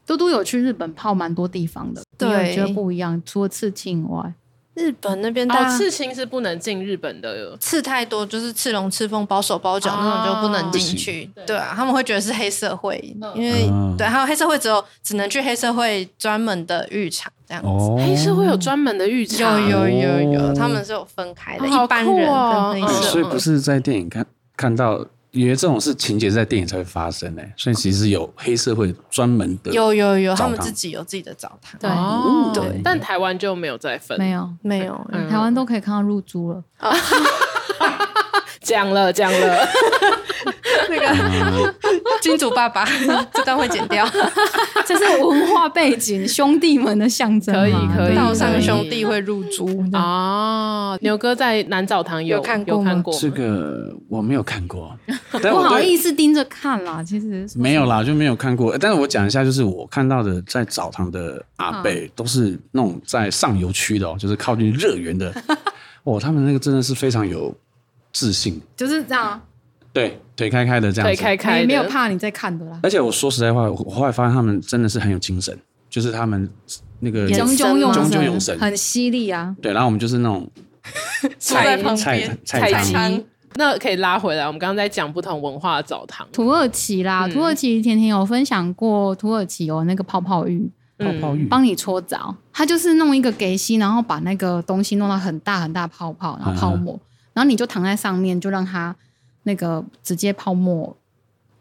S3: 嘟嘟有去日本泡蛮多地方的，
S4: 对
S3: 你有觉得不一样，除了刺青以外，
S4: 日本那边大
S6: 哦，
S4: 家
S6: 刺青是不能进日本
S3: 哦
S6: 的。
S4: 刺太多，就是刺龙、刺凤、包手、包脚那种就不能进去。对啊，他们会觉得是黑社会，因为、
S1: 嗯
S4: 对，还有黑社会只有只能去黑社会专门的浴场这样子。
S1: 哦，
S6: 黑社会有专门的浴场，啊
S4: 有有有有，
S1: 哦
S4: 他们是有分开的，
S6: 哦好
S4: 一般人
S6: 酷哦
S4: 跟黑
S1: 对
S6: 嗯
S4: 社
S1: 所
S4: 会。
S1: 以不是在电影看看到，因为这种事情节是在电影才会发生呢、所以其实有黑社会专门的，
S4: 有有有，
S1: 澡
S4: 他
S1: 堂
S4: 们自己有自己的澡堂。
S3: 对
S6: 哦，
S1: 嗯对
S6: 但台湾就没有再分，
S3: 没有，
S4: 没有，
S6: 嗯
S3: 台湾都可以看到入珠了。
S6: 讲了讲了。
S4: 那个金主爸爸这段会剪掉，
S3: 这是文化背景 兄弟们的象征嘛，
S6: 可以可以
S3: 对
S4: 道
S6: 可
S4: 上
S6: 以
S4: 兄弟会入猪。嗯
S6: 哦，牛哥在南澡堂有
S4: 有看过
S6: 有
S4: 吗
S6: 看过吗
S1: 这个我没有看过，但
S3: 不
S1: 我
S3: 好
S1: 对
S3: 意思盯着看啦，其实
S1: 没有啦，就没有看过。呃但是我讲一下，就是我看到的在澡堂的阿贝、都是那种在上游区的哦，就是靠近热源的。哦，他们那个真的是非常有自信，
S3: 就是这样啊，
S1: 对，腿开开的这样
S6: 对，
S1: 子。
S6: 开开
S3: 没
S6: 的
S3: 没有。怕你在看的啦。
S1: 而且我说实在话，我我后来发现他们真的是很有精神，就是他们那个
S4: 眼
S3: 炯炯
S4: 炯
S1: 炯
S3: 有
S1: 啊有
S3: 神，
S1: 神
S3: 啊很犀利啊。
S1: 对，然后我们就是那种
S4: 坐在旁
S1: 菜
S4: 边，
S1: 菜
S6: 菜
S1: 汤
S6: 鸡
S1: 嘛。
S4: 汤
S6: 那可以拉回来，我们刚刚在讲不同文化的澡堂，
S3: 土耳其啦，
S6: 嗯
S3: 土耳其甜甜有分享过，土耳其有那个泡泡浴，
S1: 泡
S6: 嗯
S1: 泡浴，
S3: 帮你搓澡，它就是弄一个给吸，然后把那个东西弄到很大很大泡泡，
S1: 嗯
S3: 然后泡沫，然后你就躺在上面，就让它那个直接泡沫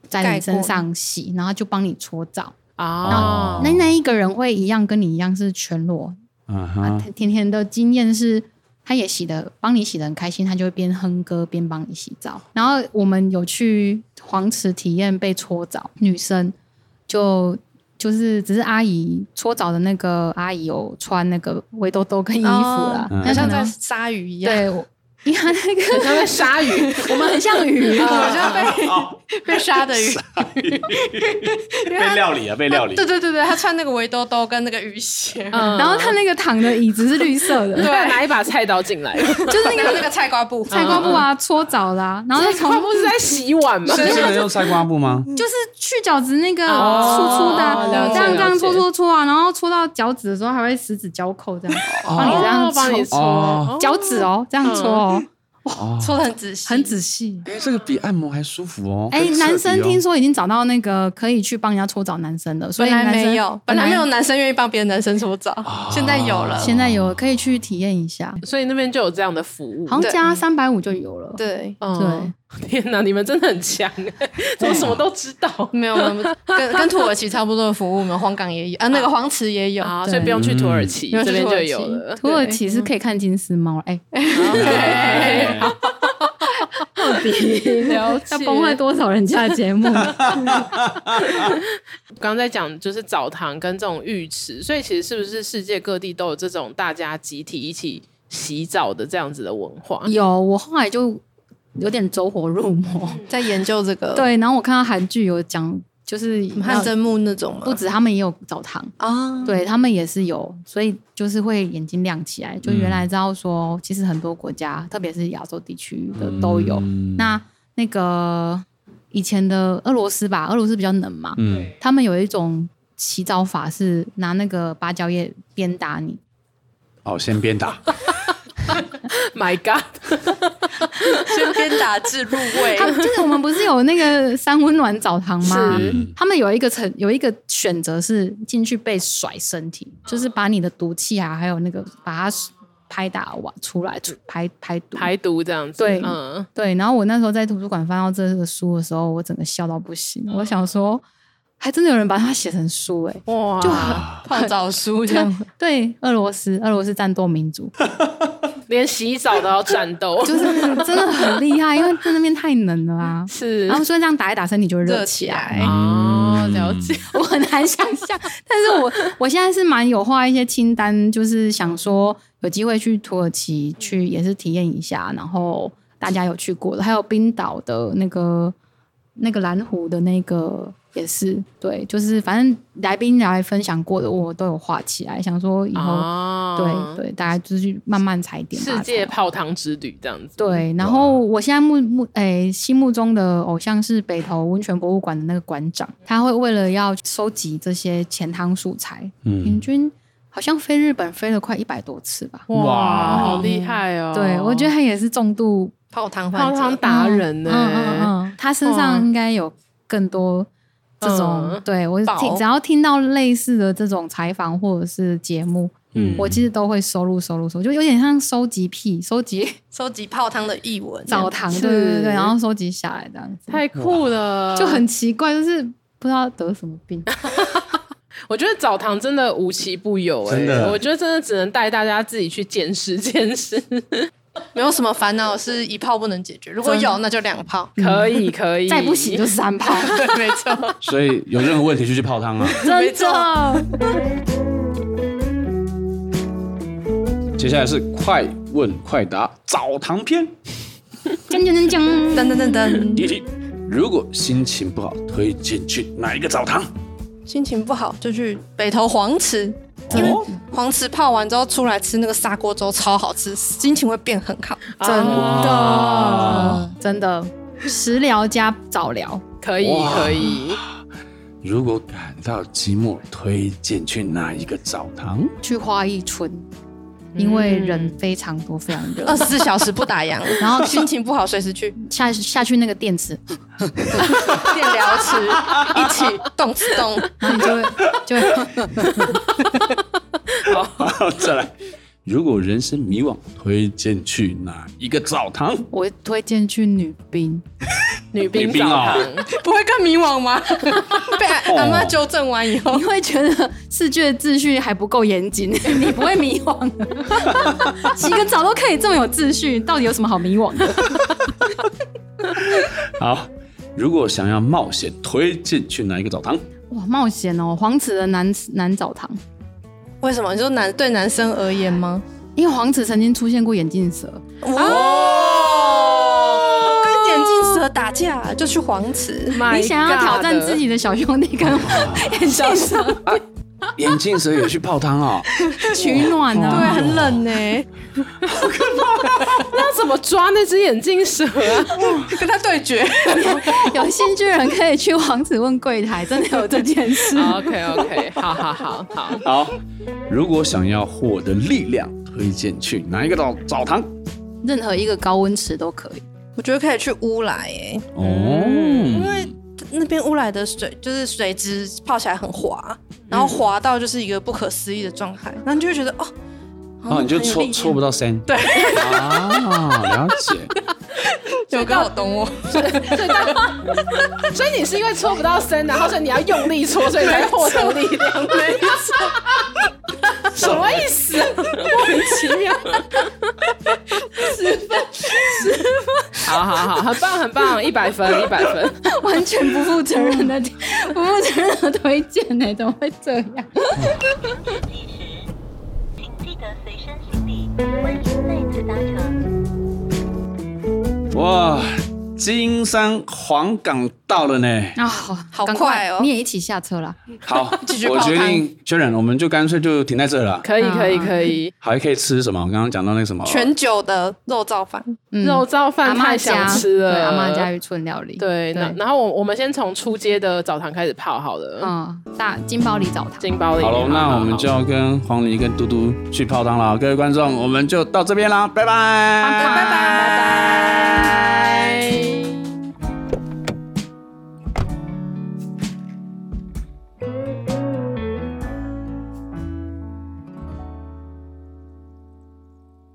S3: 在你身上洗，然后就帮你搓澡。
S1: 哦
S6: 啊，
S3: 那那一个人会一样跟你一样是全裸，
S1: 嗯
S3: 啊
S1: 哼，，
S3: 甜甜的经验是，他也洗的帮你洗的很开心，他就会边哼歌边帮你洗澡。然后我们有去黄池体验被搓澡，女生就就是只是阿姨搓澡的那个阿姨有穿那个围兜兜跟衣服啊嗯
S1: 哦
S3: 啦，那
S4: 像
S3: 可
S4: 在啊
S3: 能
S4: 鲨鱼一样，
S3: 对，我 因为她那
S6: 很
S3: 个哦
S6: 像在鲨鱼，
S3: 我们很像 鱼，
S4: 好像被 被杀的鱼。
S1: 被料理啊，被料理
S4: 对。对对对，他穿那个围兜兜跟那个鱼鞋，
S6: 嗯
S3: 然后她那个躺的椅子是绿色的，
S6: 对，啊拿一把菜刀进 来，
S4: 就是那个那个菜瓜布，
S3: 菜瓜布啊，搓澡啦、然后就从
S6: 他不是在洗碗吗？
S1: 是能用菜瓜布吗？
S3: 就是去角质那个
S6: 哦
S3: 粗粗的啊、
S4: 哦了解
S3: 这样这
S6: 了
S3: 样
S6: 解
S3: 搓搓搓啊，然后搓到脚趾的时候还会十指交扣这样，帮你这
S6: 哦
S3: 样
S6: 帮你
S3: 搓
S6: 搓
S1: 哦
S3: 脚趾，哦，这样搓哦，
S4: 嗯
S1: 哦，
S4: 搓的很仔细，
S3: 很仔细。
S1: 哎，这个比按摩还舒服哦。
S3: 哎
S1: 很，彻底哦
S3: 男生听说已经找到那个可以去帮人家搓澡男生的，所
S4: 本
S3: 以
S4: 来
S3: 男生
S4: 没有，本来没有，男生愿意帮别的男生搓澡，现在有了。
S3: 现在有可以去体验一下，
S6: 所以那边就有这样的服务。
S3: 好像加三百五就有了。
S4: 对，
S6: 嗯，天哪，你们真的很强， 怎么什么都知道
S4: 没有，我们跟跟土耳其差不多的服务，我们黄冈也有啊，那个黄池也有。
S6: 啊？
S3: 对
S6: 所以不用去土耳其，
S4: 不用
S6: 这
S4: 去
S6: 边
S4: 土
S6: 就
S4: 耳其
S6: 有了。
S3: 土耳其是可以看金丝猫，哎，
S1: 哎
S6: 了
S3: 要崩坏多少人家的节 目？
S6: 刚刚在讲就是澡堂跟这种浴池，所以其实是不是世界各地都有这种大家集体一起洗澡的这样子的文 化？
S3: 有，我后来就有点走火入魔。
S4: 在研究这个
S3: 对，然后我看到韩剧有讲，就是
S4: 汗蒸木那种嗯吗？
S3: 不止他们也有澡堂，
S4: 啊，
S3: 对他们也是有，所以就是会眼睛亮起来，就原来知道说，其实很多国家，特别是亚洲地区的都有。
S1: 嗯
S3: 那那个以前的俄罗斯吧，俄罗斯比较冷嘛，
S1: 嗯，
S3: 他们有一种洗澡法是拿那个芭蕉叶鞭打你，
S1: 哦，先边打，
S6: My God！
S4: 先边打字入味
S3: 他们就是我们不是有那个三温暖澡堂吗？
S1: 嗯
S3: 他们有一个层有一个选择是进去被甩身体，就是把你的毒气啊，还有那个把它拍打完出来，出排排毒。
S6: 排毒这样子，
S3: 对
S6: 嗯，
S3: 对，然后我那时候在图书馆翻到这个书的时候，我整个笑到不行。我想说，还真的有人把它写成书哎、
S6: 哇，
S3: 就
S4: 泡澡书这样，
S3: 对，俄罗斯，俄罗斯战斗民族，
S6: 连洗澡都要战 斗，
S3: 就是真的很厉害，因为在那边太冷了啊。
S6: 是
S3: 然后所以这样打一打，身体就会热
S4: 热
S3: 起
S4: 起
S3: 来。
S4: 来。
S6: 哦，了解，
S3: 我很难想象，但是我我现在是蛮有画一些清单，就是想说有机会去土耳其去也是体验一下，然后大家有去过的，还有冰岛的那个那个蓝湖的那个也是，对，就是反正来宾来分享过的我都有画起来，想说嗯以后、
S6: 哦
S3: 对，对，大家就是去慢慢踩点吧
S6: 世界
S3: 踩
S6: 泡汤之旅这样子，
S3: 对，然后我现在目目诶、心目中的偶像是北投温泉博物馆的那个馆长，他会为了要收集这些钱汤素材，平
S1: 嗯，
S3: 均好像飞日本飞了快一百多次吧。
S6: 哇，好厉害哦！
S3: 对，我觉得他也是重度
S4: 泡汤
S6: 泡
S4: 患
S6: 汤
S4: 者，
S6: 达人欸呢、
S3: 嗯嗯嗯嗯，他身上应该有更多这种。
S6: 嗯
S3: 对我
S4: 宝
S3: 听只要听到类似的这种采访或者是节目，
S1: 嗯
S3: 我其实都会收录收录收录，就有点像收集癖，收集
S4: 收集泡汤的译文，
S3: 澡堂，对
S6: 是
S3: 对对，对然后收集下来这样子。
S6: 太酷了，
S3: 就很奇怪，就是不知道得什么 病。
S6: 我觉得澡堂真的无奇不有哎、
S1: 真的
S6: 我觉得真的只能带大家自己去见识见识，
S3: 嗯
S4: 没有什么烦恼是一泡不能解决，如果有那就两泡。
S6: 可以可以，
S3: 再不行就是三 炮，
S4: 没错，
S1: 所以有任何问题就去泡汤啊。
S4: 没
S3: 真
S4: 错
S3: 的。
S1: 接下来是快问快答澡堂篇。
S3: 讲讲讲 讲，
S4: 噔噔噔 噔，
S1: 第一题，如果心情不好，推荐去哪一个澡堂？
S4: 心情不好就去北投黄池，因为黄池泡完之后出来吃那个砂锅粥超好吃，心情会变很 好。
S6: 哦
S3: 真的
S1: 哇
S3: 真的，食疗加早疗，
S6: 可以
S1: 哇
S6: 可以，
S1: 如果感到寂寞，推荐去哪一个澡堂？
S3: 去花一村，因为人非常多，非常热
S4: 二。十四小时不打 烊，然后心情不好随时去
S3: 下下去那个电池，
S4: 电疗池，一起动次动。
S3: 然后你就会就会
S1: 好，再来。如果人生迷惘，推荐去哪一个澡堂？
S3: 我会推荐去女兵，
S6: 女兵
S1: 女兵
S6: 澡堂
S1: 哦
S4: 不会更迷惘吗？ 哦被阿阿妈纠正完以 后
S3: 你，会觉得世界秩序还不够严 谨，你不会迷惘的。 洗个澡都可以这么有秩序，到底有什么好迷惘的？
S1: 好，如果想要冒险，推荐去哪一个澡堂？
S3: 哇，冒险哦！黄子的男男澡堂，
S4: 为什么？你说男对男生而言吗？
S3: 因为黄子曾经出现过眼镜蛇，
S4: 哦，跟眼镜蛇打架就去黄池，
S6: Oh My
S3: 你想要挑战
S6: God
S3: 自己的小兄弟跟 眼镜蛇
S1: 眼镜蛇也去泡汤哦。
S3: 取暖
S4: 对，
S3: 啊？
S4: 很冷呢、
S6: 那怎么抓那只眼镜蛇啊？
S4: 跟他对决。
S3: 有兴趣的人可以去黄子问柜台，真的有这件事。
S6: OK OK，好好好好，
S1: 好，如果想要获得力量，推荐去哪一个澡澡堂？
S3: 任何一个高温池都可以，
S4: 我觉得可以去乌来、欸，因
S1: 哦，
S4: 为那边乌来的水就是水质泡起来很滑，然后滑到就是一个不可思议的状态，然后你就会觉得哦，好像
S1: 哦，你就
S4: 很有
S1: 搓
S4: 力
S1: 搓不到
S4: 量
S1: 山。对啊，了解。
S4: 有个好懂哦。
S6: 所以你是因为搓不到身，然后所以你要用力搓，所以才获得力量，没错。什么意思、啊？莫名其妙。十分，十分，好好好，很棒，很棒，一百分，一百分。
S3: 完全不负责任的、不负责任的推荐呢、怎么会这样？
S5: 停止计时，请记得随身行李，欢迎再次搭乘。
S1: 哇，金山黄港到了呢。
S3: 啊、
S4: 好
S3: 赶
S4: 快哦
S3: 你也一起下车啦。
S1: 好
S4: 继续，泡
S1: 我
S4: 汤
S1: 决定，轩然，我们就干脆就停在这了啊。
S6: 可以，可以，可以。
S1: 还可以吃什么？我刚刚讲到那个什么，
S4: 全酒的肉燥饭，
S3: 嗯
S6: 肉燥饭太想吃了，
S3: 对阿妈家。渔村料理，
S6: 对，
S3: 对
S6: 那然后我我们先从出街的澡堂开始泡好了，
S3: 嗯，大金包里澡堂，
S6: 金包里面。
S1: 好了，那我们
S6: 好
S1: 就要跟黄梨跟嘟嘟去泡汤了。各位观众，我们就到这边啦，拜拜，
S3: 拜拜
S4: 拜拜。